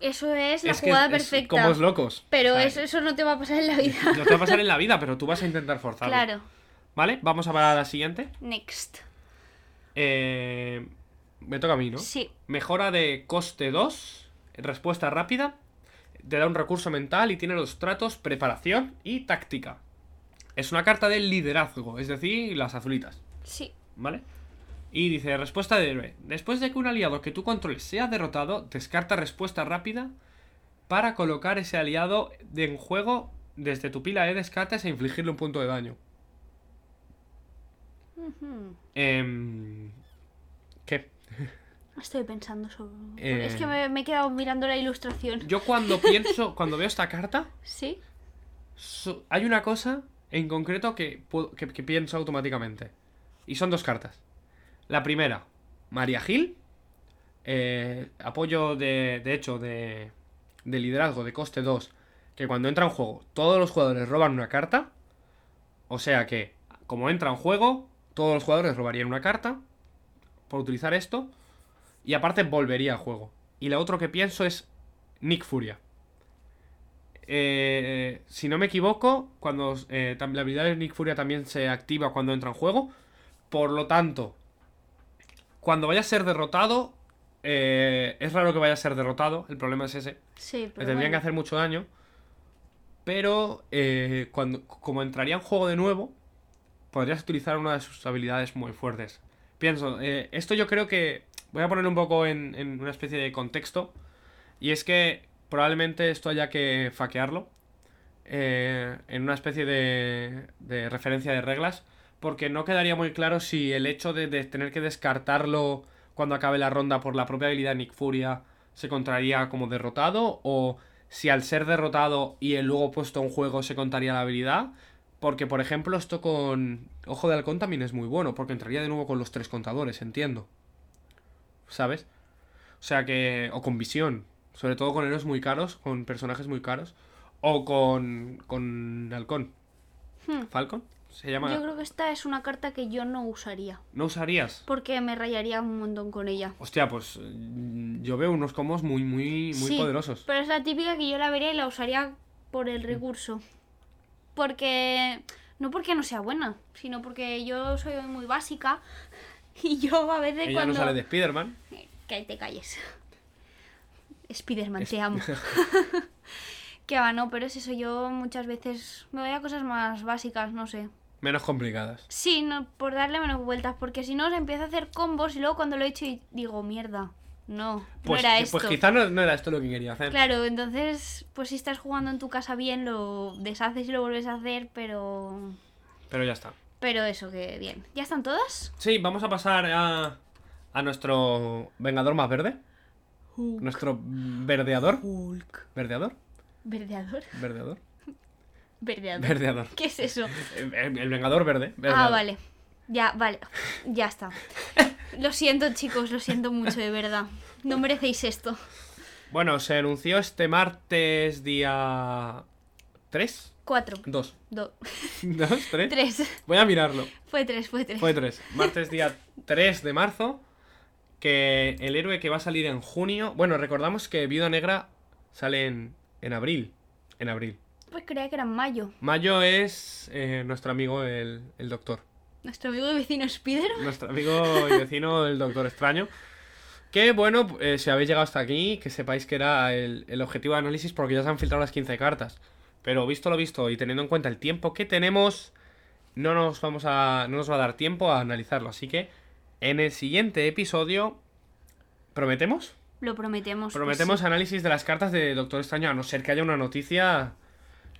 S2: Eso es la
S1: es que
S2: jugada
S1: es
S2: perfecta.
S1: como es locos.
S2: Pero
S1: O sea,
S2: eso, eso no te va a pasar en la vida.
S1: No te va a pasar en la vida, pero tú vas a intentar forzarlo.
S2: Claro.
S1: ¿Vale? Vamos a parar a la siguiente.
S2: Next.
S1: Eh, me toca a mí, ¿no?
S2: Sí.
S1: Mejora de coste 2, respuesta rápida, te da un recurso mental y tiene los tratos preparación y táctica. Es una carta de liderazgo, es decir, las azulitas,
S2: Sí.
S1: ¿vale? Y dice, respuesta de héroe. Después de que un aliado que tú controles sea derrotado, descarta respuesta rápida para colocar ese aliado de- en juego desde tu pila de descartes e infligirle un punto de daño.
S2: Ujú.
S1: Em, ¿Qué?
S2: Estoy pensando sobre...
S1: Eh.
S2: Es que me, me he quedado mirando la ilustración.
S1: Yo cuando pienso, cuando veo esta carta,
S2: ¿Sí?
S1: so- hay una cosa en concreto que, puedo- que- que pienso automáticamente. Y son dos cartas. La primera, María Gil. eh, apoyo de, de hecho de, de liderazgo de coste 2. Que cuando entra en juego, todos los jugadores roban una carta. O sea que, como entra en juego, todos los jugadores robarían una carta. Por utilizar esto. Y aparte volvería a juego. Y la otra que pienso es Nick Furia. Eh, si no me equivoco, cuando eh, tam- la habilidad de Nick Furia también se activa cuando entra en juego. Por lo tanto, cuando vaya a ser derrotado, eh, es raro que vaya a ser derrotado. El problema es ese.
S2: Sí,
S1: Le
S2: pero
S1: tendrían que
S2: bueno.
S1: hacer mucho daño. Pero eh, cuando, como entraría en juego de nuevo, podrías utilizar una de sus habilidades muy fuertes. Pienso, eh, esto yo creo que. Voy a poner un poco en, en una especie de contexto. Y es que probablemente esto haya que faquearlo. eh, en una especie de, de referencia de reglas. Porque no quedaría muy claro si el hecho de, de tener que descartarlo cuando acabe la ronda por la propia habilidad de Nick Furia se contaría como derrotado. O si al ser derrotado y el luego puesto en juego se contaría la habilidad. Porque, por ejemplo, esto con Ojo de Halcón también es muy bueno, porque entraría de nuevo con los tres contadores, entiendo. ¿Sabes? O sea que. O con visión. Sobre todo con héroes muy caros, con personajes muy caros. O con. con Halcón.
S2: Hmm.
S1: ¿Falcon? Se llama.
S2: Yo creo que esta es una carta que yo no usaría.
S1: ¿No usarías?
S2: Porque me rayaría un montón con ella.
S1: Hostia, pues. mm, Yo veo unos combos muy, muy, muy
S2: Sí,
S1: poderosos. Mm.
S2: Pero es la típica que yo la vería y la usaría por el recurso. Porque. No porque no sea buena, sino porque yo soy muy básica. Y yo a veces
S1: Ella
S2: cuando.
S1: no sale de Spider-Man.
S2: Que te calles. Spiderman, te amo. que va, no, pero es eso. Yo muchas veces me voy a cosas más básicas, no sé.
S1: Menos complicadas.
S2: Sí, no, por darle menos vueltas, porque si no se empieza a hacer combos y luego cuando lo he hecho y digo, mierda, no,
S1: Pues,
S2: no era
S1: pues
S2: esto.
S1: quizá no, no era esto lo que quería hacer.
S2: Claro, entonces, pues si estás jugando en tu casa bien, lo deshaces y lo vuelves a hacer, pero...
S1: Pero ya está.
S2: Pero eso, que bien. ¿Ya están todas?
S1: Sí, vamos a pasar a, a nuestro Vengador más verde. Nuestro verdeador.
S2: Hulk.
S1: ¿Verdeador?
S2: ¿Verdeador?
S1: ¿Verdeador?
S2: Verdeador.
S1: Verdeador.
S2: ¿Qué es eso?
S1: El, el- el Vengador verde.
S2: Ah,
S1: verdeador.
S2: vale. Ya, vale. Ya está. Lo siento, chicos, lo siento mucho, de verdad. No merecéis esto.
S1: Bueno, se anunció este martes día... ¿Tres?
S2: Cuatro.
S1: ¿Dos?
S2: Dos.
S1: ¿Dos? ¿Tres?
S2: Tres.
S1: Voy a mirarlo.
S2: Fue tres, fue tres.
S1: Fue tres. Martes día 3 de marzo. Que el héroe que va a salir en junio... Bueno, recordamos que Viuda Negra sale en, en abril. En abril.
S2: Pues creía que era en mayo.
S1: Mayo es eh, nuestro amigo el, el doctor.
S2: Nuestro amigo y vecino Spider.
S1: Nuestro amigo y vecino, el Doctor Extraño. Que bueno, eh, si habéis llegado hasta aquí, que sepáis que era el, el objetivo de análisis porque ya se han filtrado las 15 cartas. Pero visto lo visto y teniendo en cuenta el tiempo que tenemos, no nos, vamos a, no nos va a dar tiempo a analizarlo. Así que en el siguiente episodio, ¿prometemos?
S2: Lo prometemos. pues
S1: Prometemos análisis de las cartas de Doctor Extraño, a no ser que haya una noticia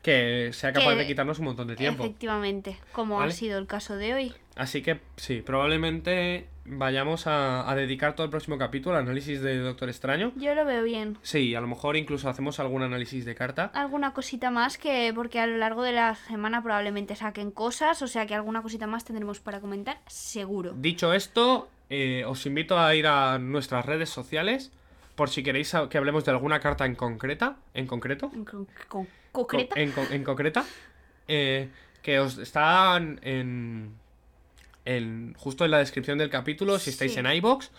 S1: que sea capaz
S2: Que-
S1: de quitarnos un montón de
S2: sí.
S1: tiempo.
S2: Efectivamente, como
S1: ¿Vale?
S2: ha sido el caso de hoy.
S1: Así que sí, probablemente vayamos a, a dedicar todo el próximo capítulo al análisis de Doctor Extraño.
S2: Yo lo veo bien.
S1: Sí, a lo mejor incluso hacemos algún análisis de carta.
S2: Alguna cosita más que, porque a lo largo de la semana probablemente saquen cosas, o sea que alguna cosita más tendremos para comentar, seguro.
S1: Dicho esto, eh, os invito a ir a nuestras redes sociales por si queréis a- que hablemos de alguna carta en concreta, en concreto.
S2: En con- con- concreta.
S1: Co- En, co- en concreta. eh, que os están en, en- justo en la descripción del capítulo si estáis
S2: Sí.
S1: en iBox.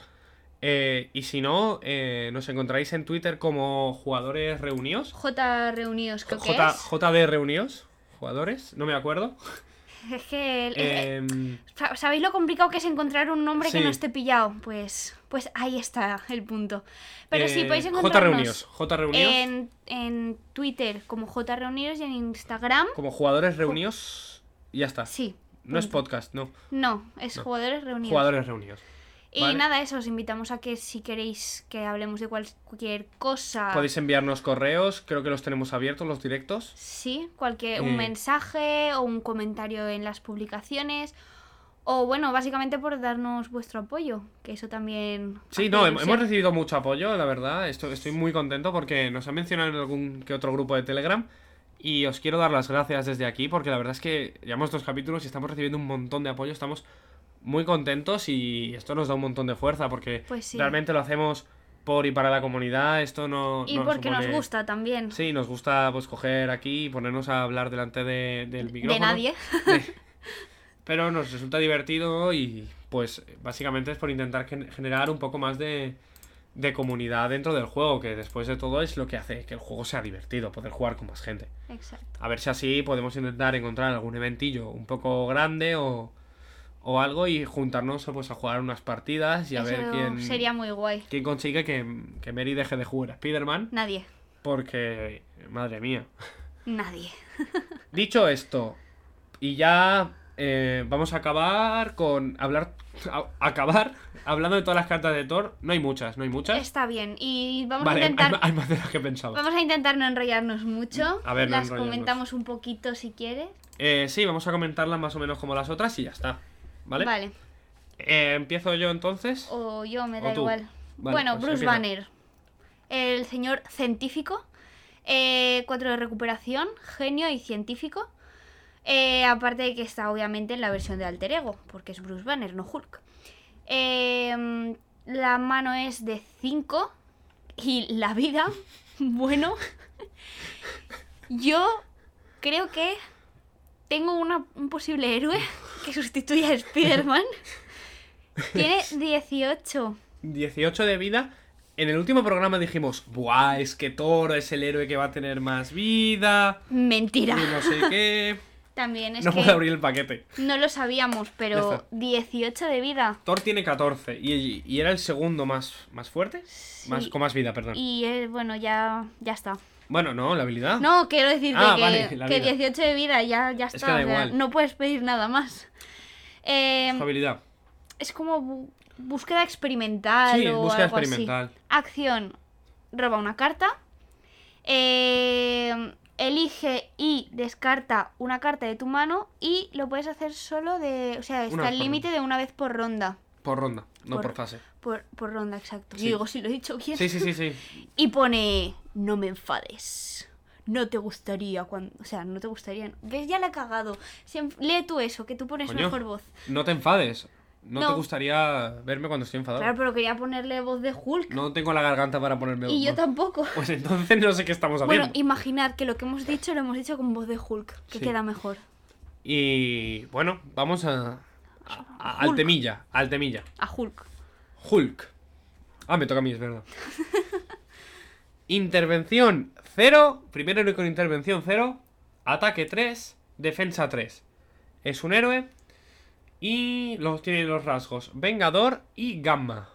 S1: y si no, eh, nos encontráis en Twitter como jugadores reunidos.
S2: J reunidos, creo que
S1: J,
S2: es.
S1: JD reunidos. Jugadores, no me acuerdo.
S2: Es que el-
S1: Em,
S2: Sa- ¿Sabéis lo complicado que es encontrar un nombre que
S1: Sí.
S2: no esté pillado? Pues, pues ahí está el punto. Pero sí,
S1: eh,
S2: podéis
S1: J
S2: encontrarnos
S1: reunidos. J reunidos.
S2: en, en Twitter como J Reunidos y en Instagram.
S1: Como jugadores reunidos. y Ya está.
S2: Sí.
S1: No es
S2: punto.
S1: podcast, no.
S2: No, es
S1: No.
S2: jugadores reunidos.
S1: Jugadores reunidos.
S2: Y
S1: Vale.
S2: nada, eso, os invitamos a que si queréis que hablemos de cual- cualquier cosa,
S1: Podéis enviarnos correos, creo que los tenemos abiertos, los directos.
S2: sí, cualquier un
S1: Eh.
S2: mensaje o un comentario en las publicaciones, o bueno, básicamente por darnos vuestro apoyo, que eso también...
S1: Sí,
S2: hace
S1: no, hem-
S2: ilusión.
S1: hemos recibido mucho apoyo, la verdad. Estoy, estoy muy contento porque nos han mencionado en algún que otro grupo de Telegram. Y os quiero dar las gracias desde aquí porque la verdad es que llevamos dos capítulos y estamos recibiendo un montón de apoyo. Estamos muy contentos y esto nos da un montón de fuerza porque
S2: Pues sí.
S1: realmente lo hacemos por y para la comunidad. Esto no.
S2: Y
S1: no
S2: porque nos
S1: supone-
S2: gusta también.
S1: Sí, nos gusta pues coger aquí y ponernos a hablar delante de- del
S2: de
S1: micrófono.
S2: nadie.
S1: Pero nos resulta divertido y pues básicamente es por intentar gen- generar un poco más de, de comunidad dentro del juego, que después de todo es lo que hace que el juego sea divertido, poder jugar con más gente.
S2: Exacto.
S1: A ver si así podemos intentar encontrar algún eventillo un poco grande o, o algo y juntarnos pues, a jugar unas partidas y a ver
S2: Eso
S1: quién,
S2: sería muy guay.
S1: quién consigue que, que Mary deje de jugar a Spider-Man,
S2: Nadie.
S1: porque madre mía.
S2: Nadie.
S1: Dicho esto, y ya eh, vamos a acabar con hablar. a- acabar hablando de todas las cartas de Thor. No hay muchas, no hay muchas.
S2: Está bien. Y vamos
S1: vale,
S2: a
S1: hay-
S2: intentar.
S1: hay, hay más de las que pensaba.
S2: Vamos a intentar no enrollarnos mucho.
S1: A ver, no
S2: Las
S1: enrollarnos.
S2: comentamos un poquito si quieres.
S1: Eh, sí, vamos a comentarlas más o menos como las otras y ya está. ¿Vale? Eh, Empiezo yo entonces.
S2: O yo, me
S1: O
S2: da
S1: tú.
S2: igual.
S1: Vale,
S2: bueno,
S1: pues
S2: Bruce
S1: empieza.
S2: Banner. El señor científico. Eh, cuatro de recuperación, genio y científico. Eh, aparte de que está obviamente en la versión de alter ego, porque es Bruce Banner, no Hulk. Eh, la mano es de 5 y la vida, bueno, yo creo que tengo una- un posible héroe que sustituya a Spider-Man. Tiene 18.
S1: 18 de vida. En el último programa dijimos, ¡buah! Es que Thor es el héroe que va a tener más vida. Y
S2: Mentira.
S1: no sé qué.
S2: También es
S1: no
S2: que
S1: puedo abrir el paquete.
S2: no lo sabíamos,
S1: Ya
S2: pero
S1: está.
S2: 18 de vida.
S1: Thor tiene 14 y, y era el segundo más, más fuerte. Más,
S2: Sí.
S1: con más vida, perdón.
S2: Y eh, bueno, ya, ya está.
S1: Bueno, no, la habilidad.
S2: No, quiero decirte
S1: Ah,
S2: que,
S1: vale, la
S2: que
S1: vida.
S2: 18 de vida ya, ya
S1: que
S2: está.
S1: da
S2: o sea,
S1: igual.
S2: No puedes pedir nada más. Eh,
S1: Su habilidad.
S2: es como bu- búsqueda experimental.
S1: Sí,
S2: o
S1: búsqueda
S2: algo así.
S1: experimental.
S2: Acción, roba una carta. Eh, elige y descarta una carta de tu mano y lo puedes hacer solo de... O sea,
S1: Una
S2: está
S1: vez
S2: el
S1: por
S2: límite de una vez por ronda.
S1: Por ronda, no por,
S2: Por-
S1: fase.
S2: Por, por ronda, exacto. Yo
S1: Sí.
S2: digo, si lo he dicho bien.
S1: Sí, sí, sí, sí.
S2: Y pone, no me enfades. No te gustaría cuando... O sea, no te gustaría... ¿Ves? Ya la he cagado. Siem- Lee tú eso, que tú pones
S1: Coño.
S2: mejor voz.
S1: No te enfades. No, te
S2: No.
S1: gustaría verme cuando estoy enfadado.
S2: Claro, pero quería ponerle voz de Hulk.
S1: No tengo la garganta para ponerme.
S2: y yo
S1: voz.
S2: tampoco.
S1: Pues entonces no sé qué estamos haciendo.
S2: Bueno, imaginad que lo que hemos dicho lo hemos dicho con voz de Hulk, que
S1: Sí.
S2: queda mejor.
S1: Y bueno, vamos a. a- a- al
S2: Hulk.
S1: temilla, al temilla.
S2: A Hulk.
S1: Hulk. Ah, me toca a mí, es verdad. intervención 0. Primer héroe con intervención 0. Ataque 3. Defensa 3. Es un héroe. Y los, tiene los rasgos Vengador y Gamma.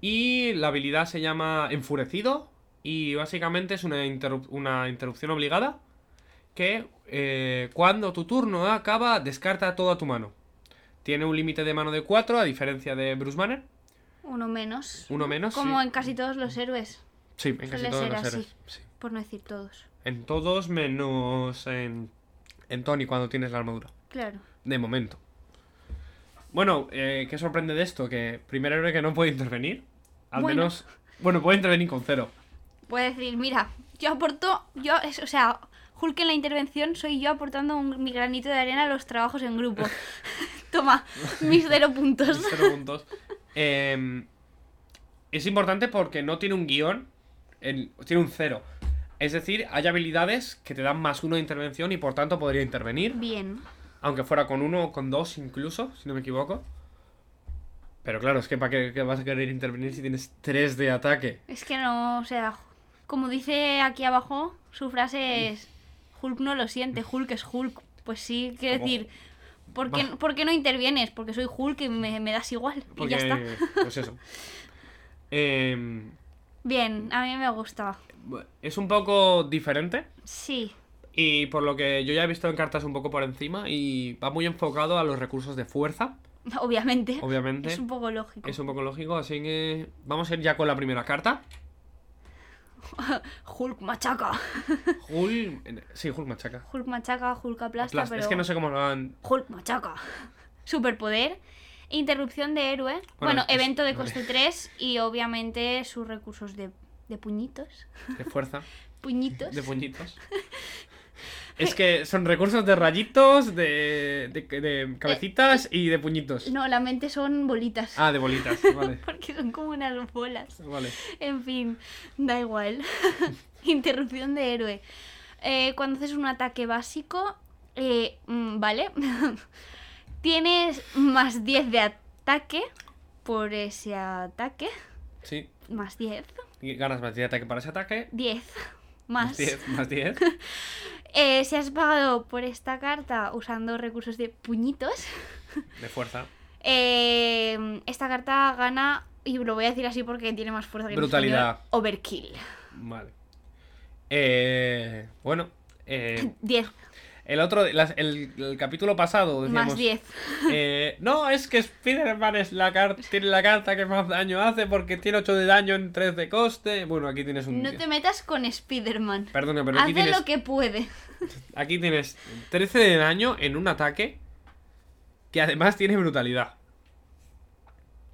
S1: Y la habilidad se llama Enfurecido. Y básicamente es una, interrup- una interrupción obligada. Que eh, cuando tu turno acaba, descarta toda tu mano. Tiene un límite de mano de 4, a diferencia de Bruce Banner.
S2: Uno menos.
S1: Uno
S2: ¿no?
S1: menos,
S2: Como
S1: sí.
S2: en casi todos los héroes,
S1: Sí, en casi
S2: Suele
S1: todos
S2: ser
S1: los
S2: así.
S1: héroes. Sí.
S2: por no decir todos.
S1: En todos menos en, en Tony cuando tienes la armadura.
S2: Claro.
S1: De momento. Bueno, eh, ¿qué sorprende de esto? Que primer héroe que no puede intervenir. Al
S2: Bueno.
S1: menos. Bueno, puede intervenir con cero.
S2: Puede decir, mira, yo aporto, yo, es- o sea, Hulk en la intervención soy yo aportando un- mi granito de arena a los trabajos en grupo. Toma, mis cero puntos.
S1: Cero puntos. Eh, es importante porque no tiene un guión. el- tiene un cero. Es decir, hay habilidades que te dan más uno de intervención y por tanto podría intervenir.
S2: Bien.
S1: Aunque fuera con uno o con dos incluso, si no me equivoco. Pero claro, es que ¿para qué, qué vas a querer intervenir si tienes tres de ataque?
S2: Es que no, o sea, como dice aquí abajo, su frase es, Hulk no lo siente, Hulk es Hulk. Pues sí, quiero
S1: Como-
S2: decir, ¿por qué, por qué no intervienes? Porque soy Hulk y me, me das igual.
S1: Porque,
S2: Y ya está.
S1: pues eso. Em,
S2: Bien, a mí me gusta.
S1: bu- es un poco diferente.
S2: Sí,
S1: Y por lo que yo ya he visto en cartas un poco por encima. Y va muy enfocado a los recursos de fuerza.
S2: obviamente.
S1: Obviamente.
S2: Es un poco lógico.
S1: Es un poco lógico, así que vamos a ir ya con la primera carta.
S2: Hulk machaca.
S1: Hulk. Sí, Hulk machaca.
S2: Hulk machaca, Hulk aplasta,
S1: Aplasta.
S2: pero...
S1: Es que no sé cómo lo han.
S2: Hulk machaca. Superpoder. Interrupción de héroe. Bueno,
S1: es-
S2: evento de
S1: vale.
S2: coste 3 y obviamente sus recursos de, de puñitos.
S1: De fuerza.
S2: Puñitos.
S1: De puñitos. Es que son recursos de rayitos, de, de, de cabecitas y de puñitos.
S2: No, la mente son bolitas.
S1: Ah, de bolitas, vale.
S2: Porque son como unas bolas.
S1: Vale.
S2: En fin, da igual. Interrupción de héroe. Eh, cuando haces un ataque básico, eh, mm, ¿vale? Tienes más 10 de ataque por ese ataque.
S1: Sí.
S2: Más 10.
S1: Y Ganas más 10 de ataque para ese ataque.
S2: 10. Más.
S1: 10, más 10.
S2: Eh, si has pagado por esta carta usando recursos de puñitos,
S1: De fuerza.
S2: eh, esta carta gana, y lo voy a decir así porque tiene más fuerza que en
S1: Brutalidad.
S2: español, overkill.
S1: Vale. Eh, bueno. eh,
S2: 10.
S1: el otro, las- el, el capítulo pasado decíamos...
S2: Más 10.
S1: Eh, no, es que Spider-Man es la car- tiene la carta que más daño hace porque tiene 8 de daño en 3 de coste. Bueno, aquí tienes un...
S2: No te metas con Spider-Man.
S1: Perdona, pero
S2: Hace
S1: aquí tienes,
S2: lo que puede.
S1: aquí tienes 13 de daño en un ataque que además tiene brutalidad.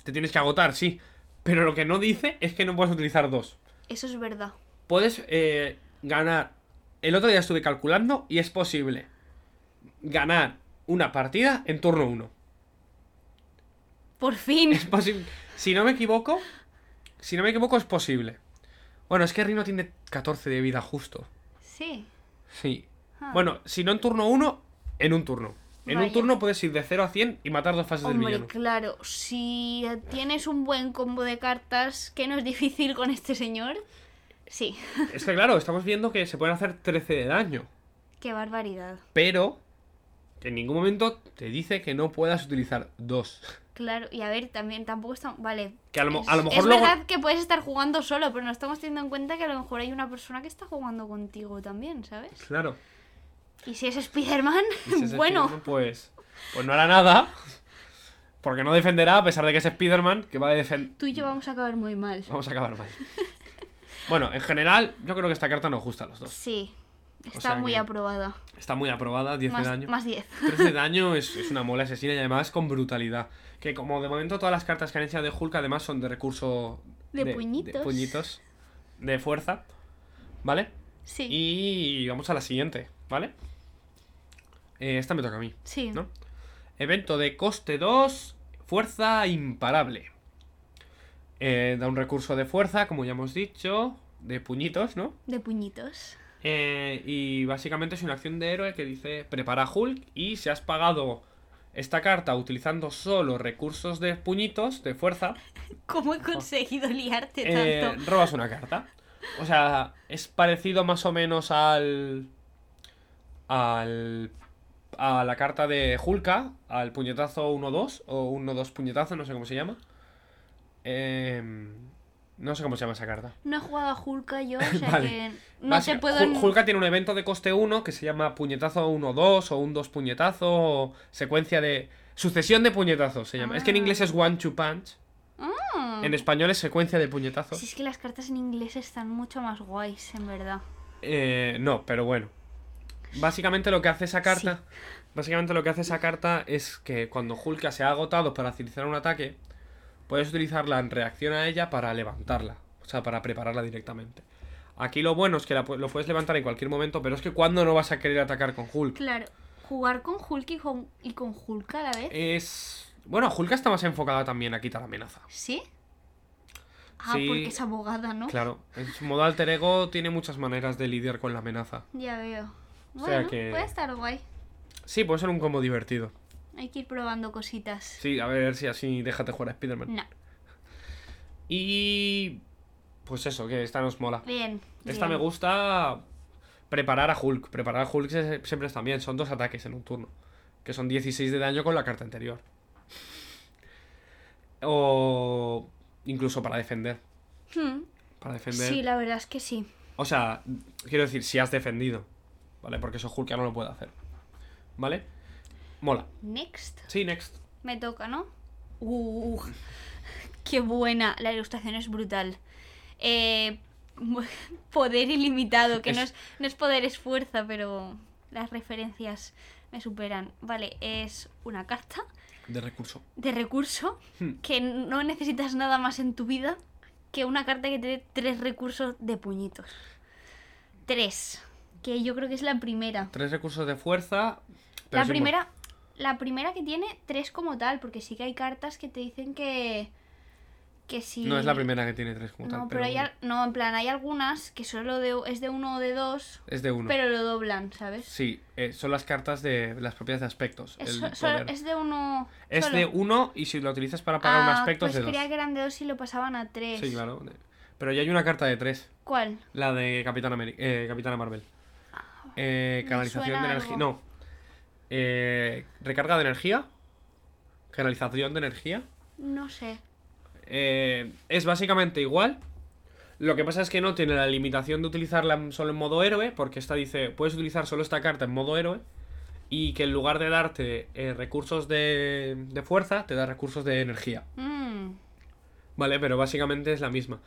S1: Te tienes que agotar, sí. Pero lo que no dice es que no puedes utilizar dos.
S2: Eso es verdad.
S1: Puedes eh, ganar... El otro día estuve calculando y es posible ganar una partida en turno 1.
S2: Por fin.
S1: Es posible. Si no me equivoco, si no me equivoco, es posible. Bueno, es que Rino tiene 14 de vida justo.
S2: Sí.
S1: Sí.
S2: Ah.
S1: Bueno, si no en turno 1, en un turno. En un
S2: Vaya.
S1: turno puedes ir de 0 a 100 y matar dos fases del
S2: Hombre,
S1: villano.
S2: claro, si tienes un buen combo de cartas, que no es difícil con este señor. Sí,
S1: Es que claro, estamos viendo que se pueden hacer 13 de daño.
S2: qué barbaridad.
S1: Pero que en ningún momento te dice que no puedas utilizar dos.
S2: Claro, y a ver, también tampoco está... Vale.
S1: Que a lo, mo-
S2: es,
S1: a lo mejor
S2: es
S1: luego-
S2: verdad que puedes estar jugando solo, pero no estamos teniendo en cuenta que a lo mejor hay una persona que está jugando contigo también, ¿sabes?
S1: Claro.
S2: Y si es Spider-Man,
S1: Y si es
S2: bueno,
S1: Spiderman, Pues, pues no hará nada. Porque no defenderá, a pesar de que es Spider-Man, que va a defender.
S2: tú y yo vamos a acabar muy mal.
S1: Vamos a acabar mal. Bueno, en general, yo creo que esta carta nos gusta a los dos.
S2: Sí, está
S1: sea
S2: muy
S1: que-
S2: aprobada.
S1: Está muy aprobada, 10 de
S2: Más
S1: daño.
S2: más 10.
S1: 13 de daño es, es una mola asesina y además con brutalidad. Que como de momento todas las cartas que han hecho de Hulk además son de recurso...
S2: De puñitos.
S1: De puñitos. De fuerza. ¿Vale?
S2: Sí.
S1: Y vamos a la siguiente, ¿vale? Eh, esta me toca a mí,
S2: Sí.
S1: ¿no? Evento de coste 2, fuerza imparable. Eh, da un recurso de fuerza, como ya hemos dicho, de puñitos, ¿no?
S2: De puñitos.
S1: Eh, y básicamente es una acción de héroe que dice prepara Hulk y si has pagado esta carta utilizando solo recursos de puñitos, de fuerza,
S2: ¿Cómo he conseguido liarte
S1: eh,
S2: tanto?
S1: robas una carta. O sea, es parecido más o menos al... al a la carta de Hulka, al puñetazo 1-2 o 1-2 puñetazo, no sé cómo se llama. Em, no sé cómo se llama esa carta.
S2: No he jugado a Hulka yo, o sea
S1: Vale.
S2: que no
S1: Básica-
S2: te puedo...
S1: Jul- Julka tiene un evento de coste 1 que se llama puñetazo 1-2 o un 2 puñetazo o secuencia de... Sucesión de puñetazos se llama. Es que en
S2: Ah.
S1: inglés es one two punch.
S2: Ah.
S1: En español es secuencia de puñetazos.
S2: Si es que las cartas en inglés están mucho más guays, en verdad.
S1: Eh, no, pero bueno. Básicamente lo que hace esa carta... Básicamente lo que hace esa carta es que cuando Julka se ha agotado para utilizar un ataque, puedes utilizarla en reacción a ella para levantarla. O sea, para prepararla directamente. Aquí lo bueno es que la pu- lo puedes levantar en cualquier momento, pero es que cuando no vas a querer atacar con Hulk.
S2: Claro, jugar con Hulk y con, y con Hulk a la vez.
S1: Es. Bueno, Hulka está más enfocada también a quitar amenaza.
S2: ¿Sí? Ah,
S1: Sí.
S2: porque es abogada, ¿no?
S1: Claro, en su modo alter ego tiene muchas maneras de lidiar con la amenaza.
S2: Ya veo.
S1: O
S2: Bueno,
S1: sea que-
S2: puede estar guay.
S1: Sí, puede ser un combo divertido.
S2: Hay que ir probando cositas.
S1: Sí, a ver si así déjate jugar a Spider-Man.
S2: No.
S1: Y. Pues eso, que esta nos mola.
S2: Bien.
S1: Esta
S2: bien.
S1: me gusta. Preparar a Hulk. Preparar a Hulk se- siempre está bien. Son dos ataques en un turno. Que son 16 de daño con la carta anterior. O. Incluso para defender.
S2: Hmm,
S1: Para defender.
S2: Sí, la verdad es que sí.
S1: O sea, quiero decir, si has defendido. ¿Vale? Porque eso Hulk ya no lo puede hacer. ¿Vale? Mola.
S2: Next.
S1: Sí, next.
S2: Me toca, ¿no? ¡Uh! ¡Qué buena! La ilustración es brutal. Eh, poder ilimitado, que no,
S1: Es-
S2: es, no es poder, es fuerza, pero las referencias me superan. Vale, es una carta
S1: De recurso.
S2: de recurso
S1: Hmm.
S2: que no necesitas nada más en tu vida que una carta que te dé tres recursos de puñitos. Tres. Que yo creo que es la primera.
S1: Tres recursos de fuerza. pero
S2: La
S1: sin
S2: primera, la primera que tiene tres como tal, porque sí que hay cartas que te dicen que. que sí.
S1: bu- No es la primera que tiene tres como
S2: No,
S1: tal.
S2: pero, hay,
S1: bueno.
S2: al- no, en plan, hay algunas que solo de, es de uno o de dos,
S1: Es de uno.
S2: pero lo doblan, ¿sabes?
S1: Sí, eh, son las cartas de las propiedades de aspectos.
S2: Es,
S1: el
S2: so- solo-
S1: poder.
S2: es de uno.
S1: Es
S2: solo.
S1: de uno y si lo utilizas para pagar un
S2: Ah,
S1: aspecto
S2: pues
S1: es de
S2: creía
S1: dos.
S2: que eran de dos y lo pasaban a tres.
S1: Sí, claro. Pero ya hay una carta de tres.
S2: ¿Cuál?
S1: La de Capitán Ameri- eh, Capitana Marvel. Eh,
S2: Ah, me
S1: canalización
S2: suena
S1: de energía.
S2: algo.
S1: No. Eh, recarga de energía. Canalización de energía.
S2: No sé.
S1: Eh, es básicamente igual. Lo que pasa es que no tiene la limitación de utilizarla en- solo en modo héroe, porque esta dice, puedes utilizar solo esta carta en modo héroe, y que en lugar de darte eh, recursos de, de fuerza, te da recursos de energía.
S2: Mm.
S1: Vale, pero básicamente es la misma.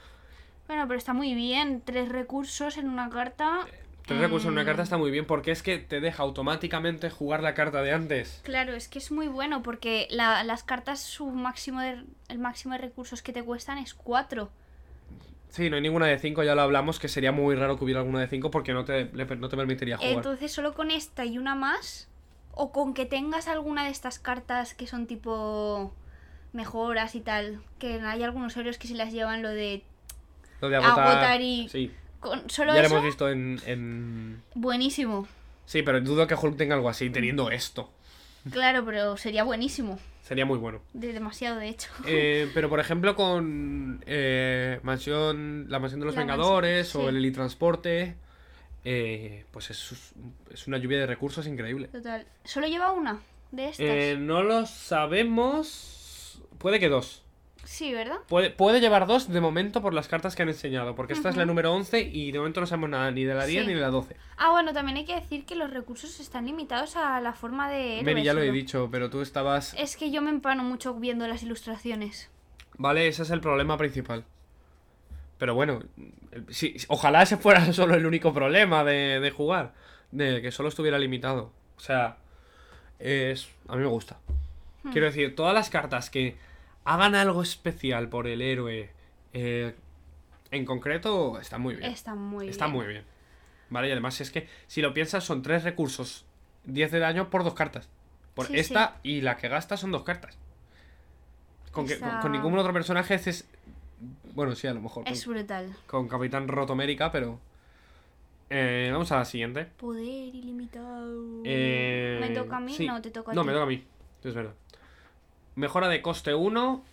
S2: Bueno, pero está muy bien. Tres recursos en una carta.
S1: Tres recursos en una
S2: Mm.
S1: carta está muy bien, porque es que te deja automáticamente jugar la carta de antes.
S2: Claro, es que es muy bueno porque la- las cartas, su máximo de- el máximo de recursos que te cuestan es 4.
S1: Sí, no hay ninguna de 5, ya lo hablamos, que sería muy raro que hubiera alguna de 5 porque no te, le- no te permitiría jugar.
S2: Entonces, solo con esta y una más, o con que tengas alguna de estas cartas que son tipo mejoras y tal, que hay algunos héroes que se las llevan lo de.
S1: Lo de
S2: agotar y-
S1: Sí,
S2: Con, solo
S1: ya lo
S2: eso,
S1: hemos visto en- en...
S2: buenísimo.
S1: Sí, pero dudo que Hulk tenga algo así teniendo esto.
S2: Claro, pero sería buenísimo.
S1: Sería muy bueno.
S2: De- demasiado, de hecho.
S1: Eh, pero por ejemplo con eh, mansión, la mansión de los
S2: La
S1: Vengadores
S2: mansión,
S1: o
S2: sí.
S1: el helitransporte, eh, pues es, es una lluvia de recursos increíble.
S2: Total. Solo lleva una de estas.
S1: Eh, no lo sabemos. Puede que dos.
S2: Sí, ¿verdad?
S1: Puede, puede llevar dos de momento por las cartas que han enseñado, porque esta es la
S2: Ujú.
S1: número 11 y de momento no sabemos nada ni de la 10
S2: Sí.
S1: ni de la 12.
S2: Ah, bueno, también hay que decir que los recursos están limitados a la forma de.
S1: Mary,
S2: héroes,
S1: ya lo he
S2: ¿no?
S1: dicho, pero tú estabas...
S2: Es que yo me empano mucho viendo las ilustraciones.
S1: Vale, ese es el problema principal. Pero bueno, el- sí, ojalá ese fuera solo el único problema de, de jugar. De que solo estuviera limitado. O sea, es, a mí me gusta. Quiero decir, todas las cartas que hagan algo especial por el héroe eh, en concreto están muy bien.
S2: Está muy
S1: Está
S2: bien.
S1: muy bien. Vale, y además es que si lo piensas son tres recursos, 10 de daño por dos cartas. Por
S2: Sí,
S1: esta y la que gasta son dos cartas. Con, que- con-
S2: Esa-
S1: con ningún otro personaje es, es- Bueno, sí, a lo mejor.
S2: Es
S1: Con,
S2: brutal.
S1: con Capitán Rotomérica, pero... Eh, vamos a la siguiente.
S2: Poder ilimitado.
S1: Eh,
S2: ¿Me toca a mí?
S1: sí.
S2: No, te toca a
S1: No,
S2: ti.
S1: me toca a mí. Es verdad. Mejora de coste 1.